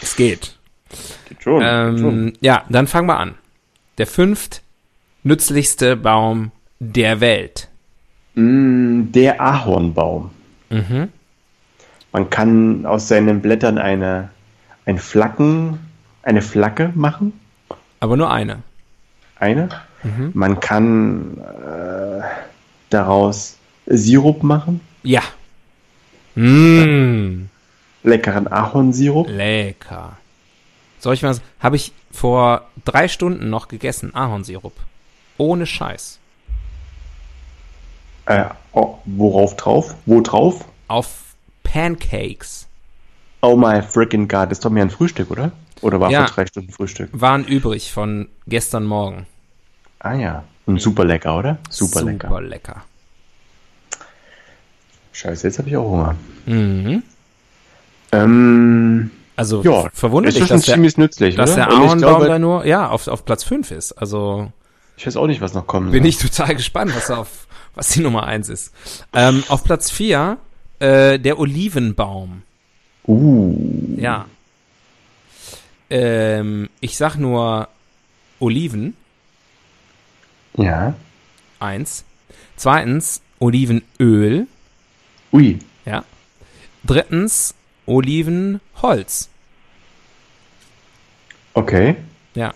Speaker 1: es geht.
Speaker 2: Geht schon. geht schon.
Speaker 1: Ähm, ja, dann fangen wir an. Der fünft nützlichste Baum der Welt.
Speaker 2: Mm, Der Ahornbaum.
Speaker 1: Mhm.
Speaker 2: Man kann aus seinen Blättern eine, ein Flacken, eine Flagge machen.
Speaker 1: Aber nur eine.
Speaker 2: Eine.
Speaker 1: Mhm.
Speaker 2: Man kann äh, daraus Sirup machen.
Speaker 1: Ja. Mmh.
Speaker 2: Leckeren Ahornsirup.
Speaker 1: Lecker. Soll ich mal Habe ich vor drei Stunden noch gegessen, Ahornsirup. Ohne Scheiß.
Speaker 2: Äh, oh, worauf drauf? Wo drauf?
Speaker 1: Auf Pancakes.
Speaker 2: Oh my freaking god, das ist doch mehr ein Frühstück, oder? Oder war
Speaker 1: Ja.
Speaker 2: vor drei Stunden Frühstück?
Speaker 1: Waren übrig von gestern Morgen.
Speaker 2: Ah ja. Und super lecker, oder? Super, lecker.
Speaker 1: Super lecker.
Speaker 2: Scheiße, jetzt habe ich auch Hunger.
Speaker 1: Mhm.
Speaker 2: Ähm,
Speaker 1: Also
Speaker 2: ja,
Speaker 1: verwundert
Speaker 2: ist
Speaker 1: dich,
Speaker 2: schon
Speaker 1: dass der,
Speaker 2: ziemlich nützlich,
Speaker 1: dass
Speaker 2: oder?
Speaker 1: der
Speaker 2: Und ich,
Speaker 1: Ahornbaum da
Speaker 2: glaube,
Speaker 1: nur ja, auf, auf Platz 5 ist. Also
Speaker 2: ich weiß auch nicht, was noch kommen
Speaker 1: bin
Speaker 2: soll.
Speaker 1: ich total gespannt, was auf was die Nummer eins ist. Ähm, auf Platz vier äh, der Olivenbaum.
Speaker 2: Uh,
Speaker 1: Ja. Ähm, ich sag nur Oliven,
Speaker 2: ja.
Speaker 1: eins. Zweitens Olivenöl,
Speaker 2: Ui,
Speaker 1: ja. Drittens Olivenholz,
Speaker 2: okay.
Speaker 1: ja.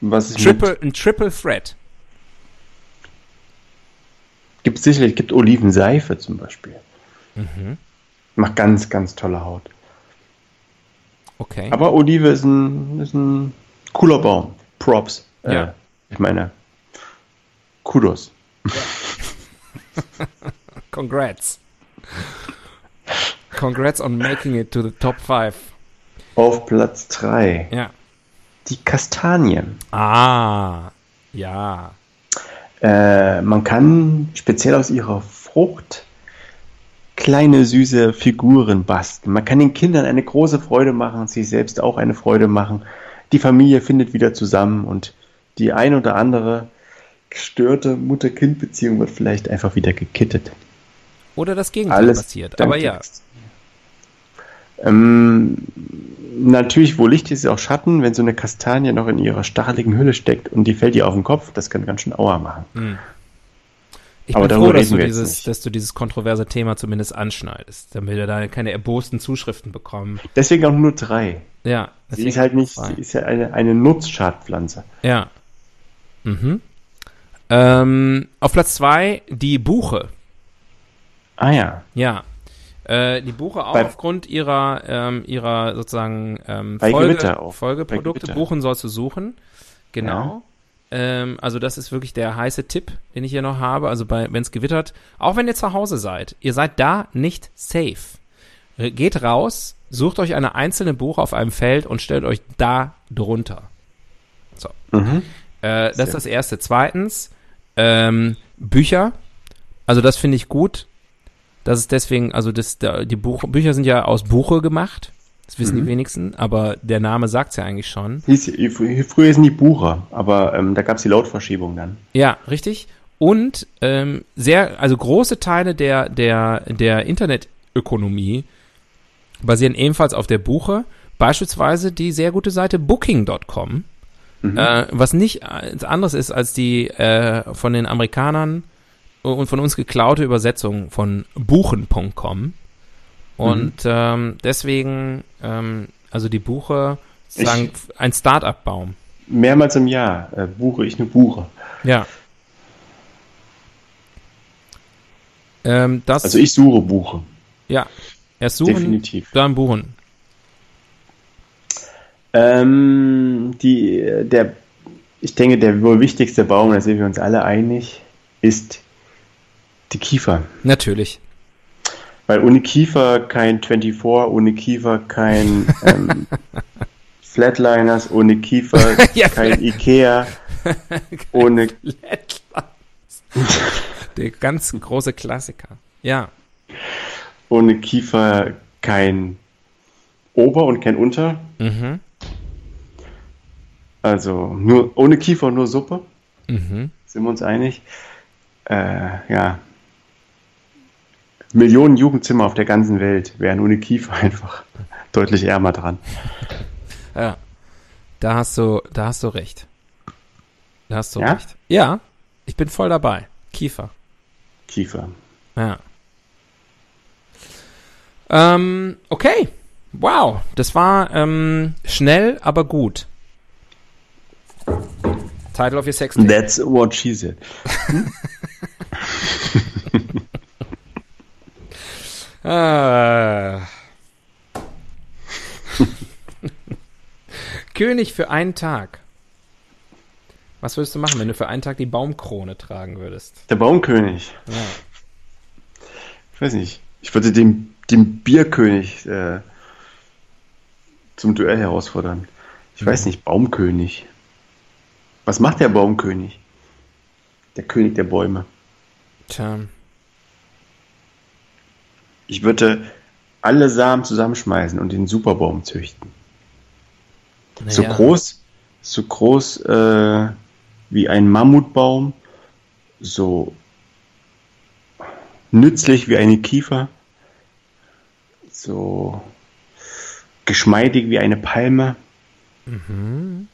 Speaker 2: Was ist
Speaker 1: Triple, ein Triple Threat.
Speaker 2: Gibt sicherlich, gibt Olivenseife zum Beispiel.
Speaker 1: Mhm.
Speaker 2: Macht ganz, ganz tolle Haut.
Speaker 1: Okay.
Speaker 2: Aber Olive ist ein, ist ein cooler Baum. Props. Äh,
Speaker 1: Ja.
Speaker 2: Ich meine, Kudos.
Speaker 1: Congrats. Congrats on making it to the top 5.
Speaker 2: Auf Platz 3.
Speaker 1: Ja.
Speaker 2: Die Kastanien.
Speaker 1: Ah. Ja.
Speaker 2: Äh, man kann speziell aus ihrer Frucht kleine süße Figuren basteln. Man kann den Kindern eine große Freude machen, sich selbst auch eine Freude machen. Die Familie findet wieder zusammen und die ein oder andere gestörte Mutter-Kind-Beziehung wird vielleicht einfach wieder gekittet.
Speaker 1: Oder das Gegenteil
Speaker 2: Alles
Speaker 1: passiert.
Speaker 2: dank
Speaker 1: Aber ja.
Speaker 2: Text. Ähm, natürlich, wo Licht ist, ist auch Schatten. Wenn so eine Kastanie noch in ihrer stacheligen Hülle steckt und die fällt ihr auf den Kopf, das kann ganz schön Aua machen.
Speaker 1: Ich
Speaker 2: Aber
Speaker 1: bin
Speaker 2: darüber
Speaker 1: froh, dass
Speaker 2: reden
Speaker 1: du,
Speaker 2: wir jetzt
Speaker 1: dieses,
Speaker 2: nicht.
Speaker 1: dass du dieses kontroverse Thema zumindest anschneidest, damit wir da keine erbosten Zuschriften bekommen.
Speaker 2: Deswegen auch nur drei.
Speaker 1: Ja.
Speaker 2: Sie ist halt nicht, sie ist ja eine, eine Nutzschadpflanze.
Speaker 1: Ja. Mhm. Ähm, auf Platz 2 die Buche.
Speaker 2: Ah ja,
Speaker 1: Ja. Äh, die Buche auch
Speaker 2: Bei-
Speaker 1: aufgrund ihrer, ähm, ihrer sozusagen ähm,
Speaker 2: Bei
Speaker 1: Folge,
Speaker 2: Gewitter auch. Bei
Speaker 1: Folgeprodukte
Speaker 2: Gewitter.
Speaker 1: buchen sollst du suchen. Genau. Ähm, also das ist wirklich der heiße Tipp, den ich hier noch habe. Also wenn es gewittert, auch wenn ihr zu Hause seid, ihr seid da nicht safe. Re- Geht raus, sucht euch eine einzelne Buche auf einem Feld und stellt euch da drunter. So.
Speaker 2: Mhm.
Speaker 1: Äh, das ist das Erste. Zweitens, ähm, Bücher. Also das finde ich gut. Das ist deswegen, also das, da, die Buch, Bücher sind ja aus Buche gemacht. Das wissen die wenigsten, aber der Name sagt's ja eigentlich schon.
Speaker 2: hieß, fr- früher hießen die Bucher, aber ähm, da gab es die Lautverschiebung dann.
Speaker 1: Ja, richtig. Und ähm, sehr, also große Teile der, der, der Internetökonomie basieren ebenfalls auf der Buche, beispielsweise die sehr gute Seite Booking.com, äh, was nicht als anderes ist als die äh, von den Amerikanern und von uns geklaute Übersetzung von Buchen.com. Und ähm, deswegen, ähm, also die Buche, sagen, ein Start-up-Baum.
Speaker 2: Mehrmals im Jahr äh, buche ich eine Buche.
Speaker 1: Ja. Ähm, das,
Speaker 2: Also ich suche Buche.
Speaker 1: ja. Erst suchen,
Speaker 2: Definitiv.
Speaker 1: dann buchen.
Speaker 2: Ähm, die, äh, der, ich denke, der wohl wichtigste Baum, da sind wir uns alle einig, ist die Kiefer. (laughs)
Speaker 1: Natürlich.
Speaker 2: Weil ohne Kiefer kein 24, ohne Kiefer kein
Speaker 1: (laughs)
Speaker 2: ähm, Flatliners, ohne Kiefer
Speaker 1: Ja, (laughs)
Speaker 2: kein Ikea, ohne
Speaker 1: Der ganz große Klassiker. Ja.
Speaker 2: ohne Kiefer kein Ober und kein Unter.
Speaker 1: Mhm.
Speaker 2: Also nur ohne Kiefer nur Suppe,
Speaker 1: Mhm.
Speaker 2: sind wir uns einig. Äh, ja. Millionen Jugendzimmer auf der ganzen Welt wären ohne Kiefer (laughs) einfach deutlich ärmer dran.
Speaker 1: Ja. Da hast du, da hast du recht. Da hast du
Speaker 2: Ja?
Speaker 1: recht. Ja. Ich bin voll dabei. Kiefer.
Speaker 2: Kiefer.
Speaker 1: Ja. Ähm, okay. Wow. Das war ähm, schnell, aber gut. Title of your sex tape.
Speaker 2: That's what she said.
Speaker 1: Ah. (laughs) König für einen Tag. Was würdest du machen, wenn du für einen Tag die Baumkrone tragen würdest?
Speaker 2: Der Baumkönig.
Speaker 1: Ja.
Speaker 2: Ich weiß nicht. Ich würde den, den Bierkönig äh, zum Duell herausfordern. Ich weiß nicht, Baumkönig. Was macht der Baumkönig? Der König der Bäume.
Speaker 1: Tja.
Speaker 2: Ich würde alle Samen zusammenschmeißen und den Superbaum züchten.
Speaker 1: Naja.
Speaker 2: So groß, so groß äh, wie ein Mammutbaum, so nützlich wie eine Kiefer, so geschmeidig wie eine Palme. Also Ich
Speaker 1: Mhm.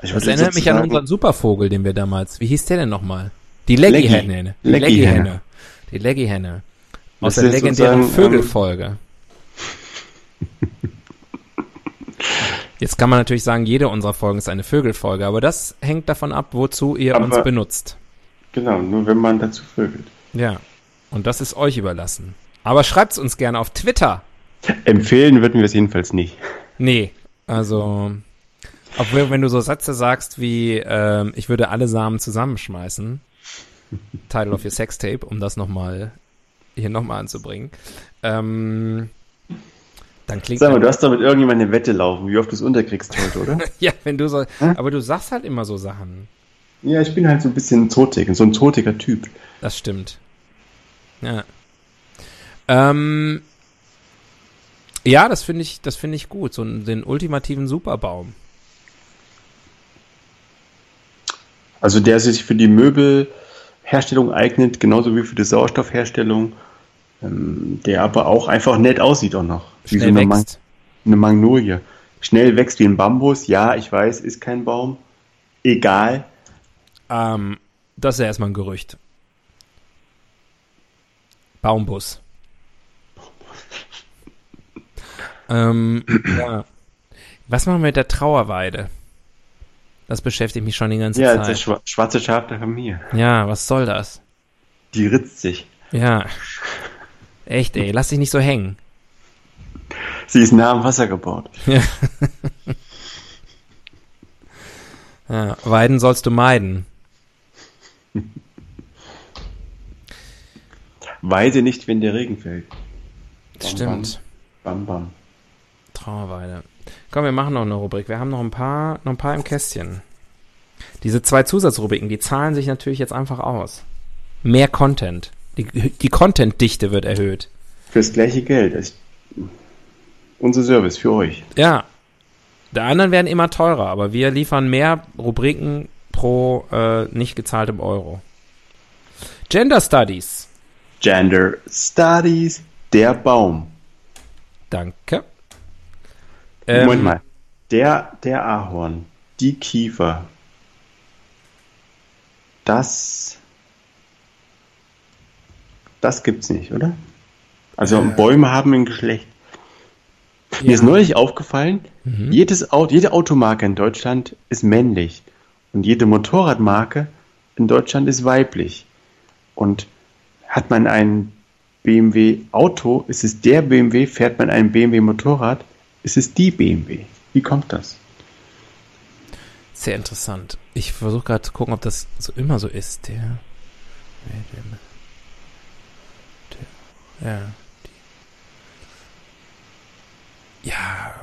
Speaker 1: Das
Speaker 2: würde
Speaker 1: erinnert mich an
Speaker 2: sozusagen-
Speaker 1: unseren Supervogel, den wir damals. Wie hieß der denn nochmal? Die Leggy-Henne. Die
Speaker 2: Leggy.
Speaker 1: Leggy-Henne. Die Leggy-Henne. Aus
Speaker 2: Das
Speaker 1: der
Speaker 2: ist jetzt
Speaker 1: legendären
Speaker 2: sozusagen, ähm,
Speaker 1: Vögelfolge. Jetzt kann man natürlich sagen, jede unserer Folgen ist eine Vögelfolge, aber das hängt davon ab, wozu ihr
Speaker 2: Aber-
Speaker 1: uns benutzt.
Speaker 2: Genau, nur wenn man dazu vögelt.
Speaker 1: Ja. Und das ist euch überlassen. Aber schreibt's uns gerne auf Twitter.
Speaker 2: Empfehlen würden wir es jedenfalls nicht.
Speaker 1: Nee, also auch wenn wenn du so Sätze sagst wie ähm, ich würde alle Samen zusammenschmeißen, Title of your Sextape, um das nochmal hier nochmal anzubringen, ähm, dann klingt
Speaker 2: Sag mal, du hast doch mit irgendjemandem eine Wette laufen, wie oft du es unterkriegst heute,
Speaker 1: (laughs)
Speaker 2: oder?
Speaker 1: ja, wenn du so, aber du sagst halt immer so Sachen.
Speaker 2: ja, ich bin halt so ein bisschen zotig, so ein zotiger Typ.
Speaker 1: Das stimmt. Ja. Ähm, ja, das finde ich, das finde ich gut, so einen- den ultimativen Superbaum.
Speaker 2: Also der sich für die Möbelherstellung eignet, genauso wie für die Sauerstoffherstellung, ähm, der aber auch einfach nett aussieht auch noch. Wie so
Speaker 1: Schnell
Speaker 2: eine, Man
Speaker 1: wächst.
Speaker 2: eine Magnolie. Schnell wächst wie ein Bambus. Ja, ich weiß, ist kein Baum. Egal.
Speaker 1: Ähm, das ist ja erstmal ein Gerücht. Baumbus. ähm, ja. Was machen wir mit der Trauerweide? Das beschäftigt mich schon die ganze
Speaker 2: Ja, das ist
Speaker 1: Zeit.
Speaker 2: schwa- schwarze Schaf der Familie.
Speaker 1: Ja, was soll das?
Speaker 2: Die ritzt sich.
Speaker 1: Ja. Echt, ey, lass dich nicht so hängen.
Speaker 2: Sie ist nah am Wasser gebaut.
Speaker 1: Ja, Weiden sollst du meiden.
Speaker 2: Weide nicht, wenn der Regen fällt.
Speaker 1: Das stimmt.
Speaker 2: Bam, bam.
Speaker 1: Trauerweide. Komm, wir machen noch eine Rubrik. Wir haben noch ein paar, noch ein paar im Kästchen. Diese zwei Zusatzrubriken, die zahlen sich natürlich jetzt einfach aus. Mehr Content. Die, die Content-Dichte wird erhöht.
Speaker 2: Fürs gleiche Geld. Das Ist unser Service für euch.
Speaker 1: Ja. Der anderen werden immer teurer, aber wir liefern mehr Rubriken pro äh, nicht gezahltem Euro. Gender Studies.
Speaker 2: Gender Studies, der Baum.
Speaker 1: Danke. Ähm,
Speaker 2: Moment mal. Der, der Ahorn, die Kiefer, das, das gibt's nicht, oder? Also Bäume haben ein Geschlecht. Mir ist neulich aufgefallen, jedes Auto, jede Automarke in Deutschland ist männlich und jede Motorradmarke in Deutschland ist weiblich. Und hat man einen BMW Auto, ist es der BMW, fährt man einen BMW Motorrad, ist es die BMW. Wie kommt das?
Speaker 1: Sehr interessant. Ich versuche gerade zu gucken, ob das so immer so ist. Der. nee, der- der- Ja. die- Ja.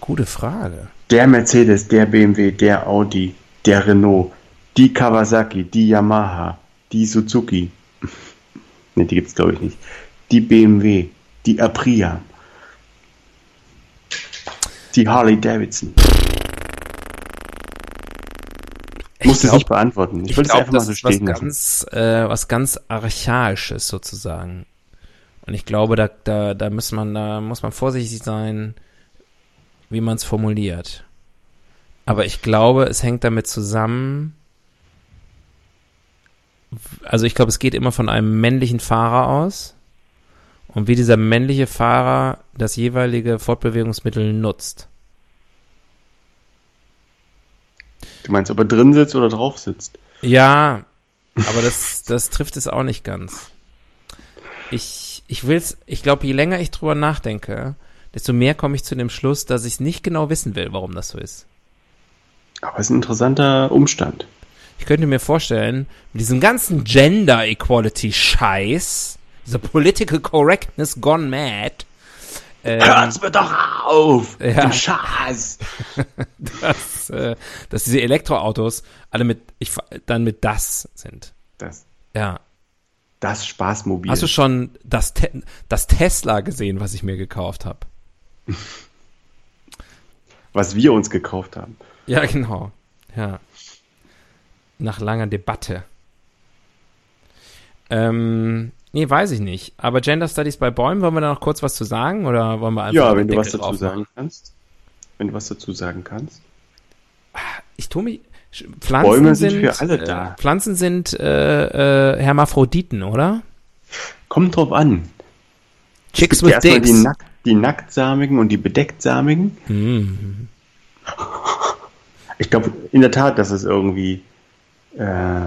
Speaker 1: Gute Frage.
Speaker 2: Der Mercedes, der BMW, der Audi, der Renault, die Kawasaki, die Yamaha, die Suzuki. (laughs) ne, die gibt's glaube ich nicht. Die BMW, die Aprilia. Die Harley Davidson. Muss das
Speaker 1: glaub-
Speaker 2: nicht beantworten. Ich,
Speaker 1: Ich
Speaker 2: wollte es
Speaker 1: glaube,
Speaker 2: einfach mal
Speaker 1: das
Speaker 2: so
Speaker 1: ist was
Speaker 2: stehen lassen.
Speaker 1: ganz, äh, was ganz Archaisches sozusagen. Und ich glaube, da, da, da muss man, da muss man vorsichtig sein, wie man es formuliert. Aber ich glaube, es hängt damit zusammen. Also ich glaube, es geht immer von einem männlichen Fahrer aus. Und wie dieser männliche Fahrer das jeweilige Fortbewegungsmittel nutzt.
Speaker 2: Du meinst, ob er drin sitzt oder drauf sitzt?
Speaker 1: Ja, aber das, das trifft es auch nicht ganz. Ich, ich will's, ich glaube, je länger ich drüber nachdenke, desto mehr komme ich zu dem Schluss, dass ich nicht genau wissen will, warum das so ist.
Speaker 2: Aber es ist ein interessanter Umstand.
Speaker 1: Ich könnte mir vorstellen, mit diesem ganzen Gender Equality Scheiß, dieser Political Correctness gone mad, (laughs) ähm,
Speaker 2: Hört's mir doch auf!
Speaker 1: Ja.
Speaker 2: Du Schatz!
Speaker 1: dass, äh, dass diese Elektroautos alle mit, ich, fa- dann mit das sind.
Speaker 2: Das,
Speaker 1: Ja.
Speaker 2: das Spaßmobil.
Speaker 1: Hast du schon das, Te das Tesla gesehen, was ich mir gekauft habe?
Speaker 2: was wir uns gekauft haben.
Speaker 1: Ja, genau. Ja. Nach langer Debatte. Ähm, nee, weiß ich nicht. Aber Gender Studies bei Bäumen, wollen wir da noch kurz was zu sagen? Oder wollen wir einfach
Speaker 2: Ja,
Speaker 1: den
Speaker 2: wenn du
Speaker 1: Deckel
Speaker 2: was dazu
Speaker 1: drauf ne? machen?
Speaker 2: sagen kannst. Wenn du was dazu sagen kannst.
Speaker 1: Ich tue mich. Sch- Pflanzen
Speaker 2: Bäume sind für alle
Speaker 1: äh,
Speaker 2: da.
Speaker 1: Pflanzen sind äh, äh, Hermaphroditen, oder?
Speaker 2: Kommt drauf an.
Speaker 1: Chicks
Speaker 2: Es gibt
Speaker 1: with
Speaker 2: ja erstmal
Speaker 1: Dicks.
Speaker 2: Die, Nack die Nacktsamigen und die Bedecktssamigen.
Speaker 1: Mhm.
Speaker 2: Ich glaube in der Tat, dass es irgendwie äh,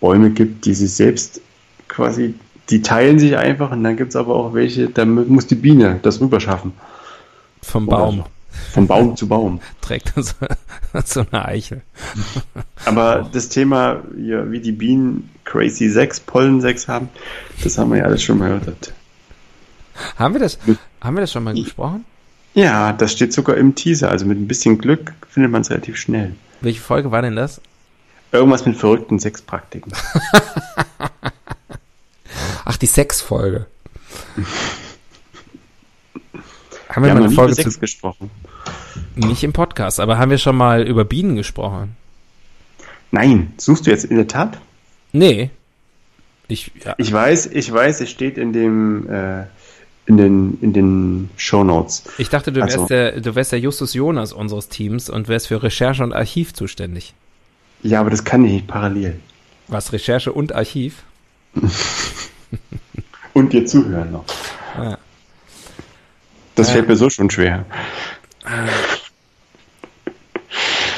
Speaker 2: Bäume gibt, die sich selbst quasi, die teilen sich einfach und dann gibt es aber auch welche, da mu- muss die Biene das rüberschaffen.
Speaker 1: Vom
Speaker 2: Oder
Speaker 1: Baum.
Speaker 2: Vom Baum zu Baum.
Speaker 1: Trägt so, (laughs) so eine Eichel. Genau.
Speaker 2: Aber das Thema, ja, wie die Bienen Crazy Sex, Pollensex haben, das haben wir ja alles schon mal gehört.
Speaker 1: Haben wir das, haben wir das schon mal gesprochen?
Speaker 2: Ja, das steht sogar im Teaser. Also mit ein bisschen Glück findet man es relativ schnell.
Speaker 1: Welche Folge war denn das?
Speaker 2: Irgendwas mit verrückten Sexpraktiken.
Speaker 1: Ach, die Sexfolge. haben wir,
Speaker 2: Wir haben
Speaker 1: mal
Speaker 2: noch
Speaker 1: eine
Speaker 2: nie über
Speaker 1: Folge zu,
Speaker 2: Sex gesprochen.
Speaker 1: nicht im Podcast, aber haben wir schon mal über Bienen gesprochen?
Speaker 2: Nein, suchst du jetzt in der Tat?
Speaker 1: Nee. Ich, ja,
Speaker 2: Ich weiß, ich weiß, es steht in dem, äh, in den, in den Show Notes.
Speaker 1: ich dachte, du wärst,
Speaker 2: Also-
Speaker 1: der, du wärst der Justus Jonas unseres Teams und wärst für Recherche und Archiv zuständig.
Speaker 2: Ja, aber das kann ich nicht parallel.
Speaker 1: Was, Recherche und Archiv?
Speaker 2: Und dir zuhören noch.
Speaker 1: Ah, Äh.
Speaker 2: Das fällt mir so schon schwer.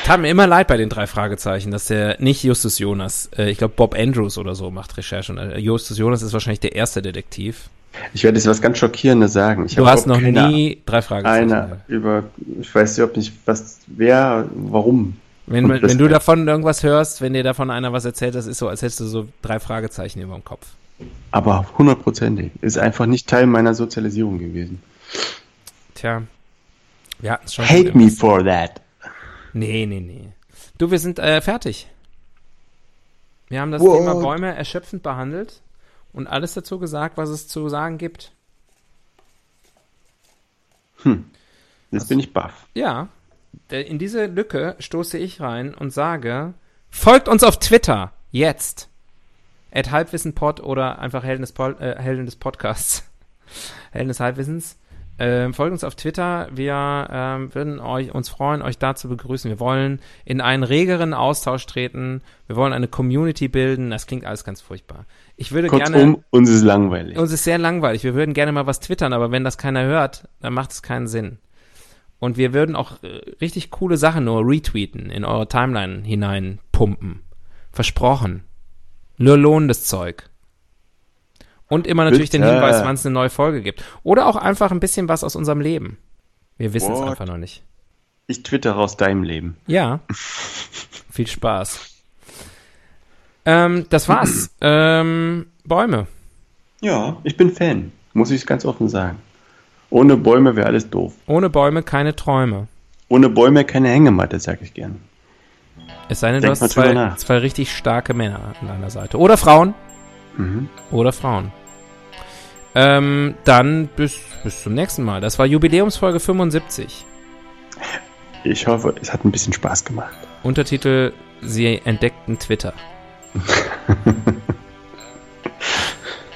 Speaker 1: tat mir immer leid bei den drei Fragezeichen, dass der nicht Justus Jonas, äh, ich glaube Bob Andrews oder so macht Recherche. Und, äh, Justus Jonas ist wahrscheinlich der erste Detektiv.
Speaker 2: Ich werde jetzt was ganz Schockierendes sagen. Ich
Speaker 1: Du
Speaker 2: habe
Speaker 1: hast noch
Speaker 2: überhaupt keine
Speaker 1: nie drei Fragezeichen.
Speaker 2: Einer über, ich weiß überhaupt nicht, was, wer, warum.
Speaker 1: Wenn,
Speaker 2: Und
Speaker 1: man-
Speaker 2: das-
Speaker 1: wenn du davon irgendwas hörst, wenn dir davon einer was erzählt, das ist so, als hättest du so drei Fragezeichen über dem Kopf.
Speaker 2: Aber hundertprozentig. Ist einfach nicht Teil meiner Sozialisierung gewesen.
Speaker 1: Tja, wir hatten es schon.
Speaker 2: Hate me for that.
Speaker 1: Nee, nee, nee. Du, wir sind äh, fertig. Wir haben das
Speaker 2: Wow.
Speaker 1: Thema Bäume erschöpfend behandelt und alles dazu gesagt, was es zu sagen gibt.
Speaker 2: Jetzt bin ich baff.
Speaker 1: Ja, d- in diese Lücke stoße ich rein und sage, folgt uns auf Twitter, jetzt. At (laughs) halbwissenpod oder einfach Helden des, Pol äh, Helden des Podcasts. Helden des Halbwissens. Ähm, folgt uns auf Twitter. Wir ähm, würden euch, uns freuen, euch da zu begrüßen. Wir wollen in einen regeren Austausch treten. Wir wollen eine Community bilden. Das klingt alles ganz furchtbar. Ich würde
Speaker 2: Kurzum,
Speaker 1: gerne.
Speaker 2: um, uns ist langweilig.
Speaker 1: Uns ist sehr langweilig. Wir würden gerne mal was twittern, aber wenn das keiner hört, dann macht es keinen Sinn. Und wir würden auch äh, richtig coole Sachen nur retweeten, in eure Timeline hinein pumpen. Versprochen. Nur lohnendes Zeug. Und immer natürlich den
Speaker 2: Bitte.
Speaker 1: Hinweis, wann es eine neue Folge gibt. Oder auch einfach ein bisschen was aus unserem Leben. Wir wissen es
Speaker 2: What?
Speaker 1: einfach noch nicht.
Speaker 2: Ich twittere aus deinem Leben.
Speaker 1: Ja. (laughs) Viel Spaß. Ähm, das war's.
Speaker 2: (clears throat)
Speaker 1: ähm, Bäume.
Speaker 2: Ja, ich bin Fan. Muss ich ganz offen sagen. Ohne Bäume wäre alles doof.
Speaker 1: Ohne Bäume keine Träume.
Speaker 2: Ohne Bäume keine Hängematte, sag ich gern.
Speaker 1: Es sei denn, du
Speaker 2: Denk mal
Speaker 1: hast
Speaker 2: drüber
Speaker 1: zwei,
Speaker 2: nach.
Speaker 1: zwei richtig starke Männer an deiner Seite. Oder Frauen.
Speaker 2: Mhm.
Speaker 1: Oder Frauen. Ähm, dann bis, bis zum nächsten Mal. Das war Jubiläumsfolge 75.
Speaker 2: Ich hoffe, es hat ein bisschen Spaß gemacht.
Speaker 1: Untertitel Sie entdeckten Twitter.
Speaker 2: (laughs)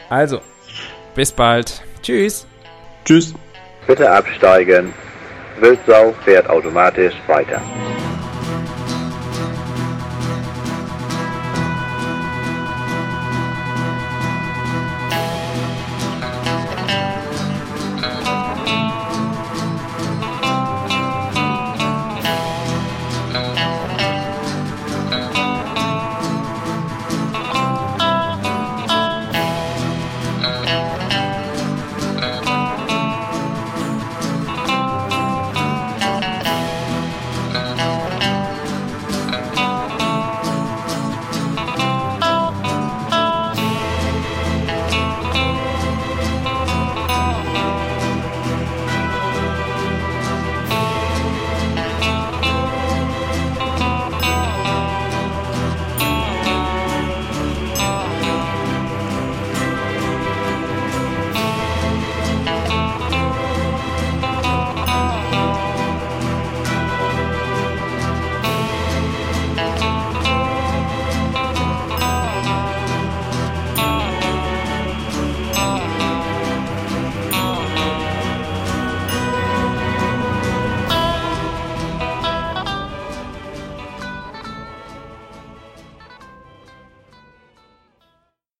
Speaker 1: also, bis bald. Tschüss.
Speaker 2: Tschüss.
Speaker 4: Bitte absteigen. Wildsau fährt automatisch weiter.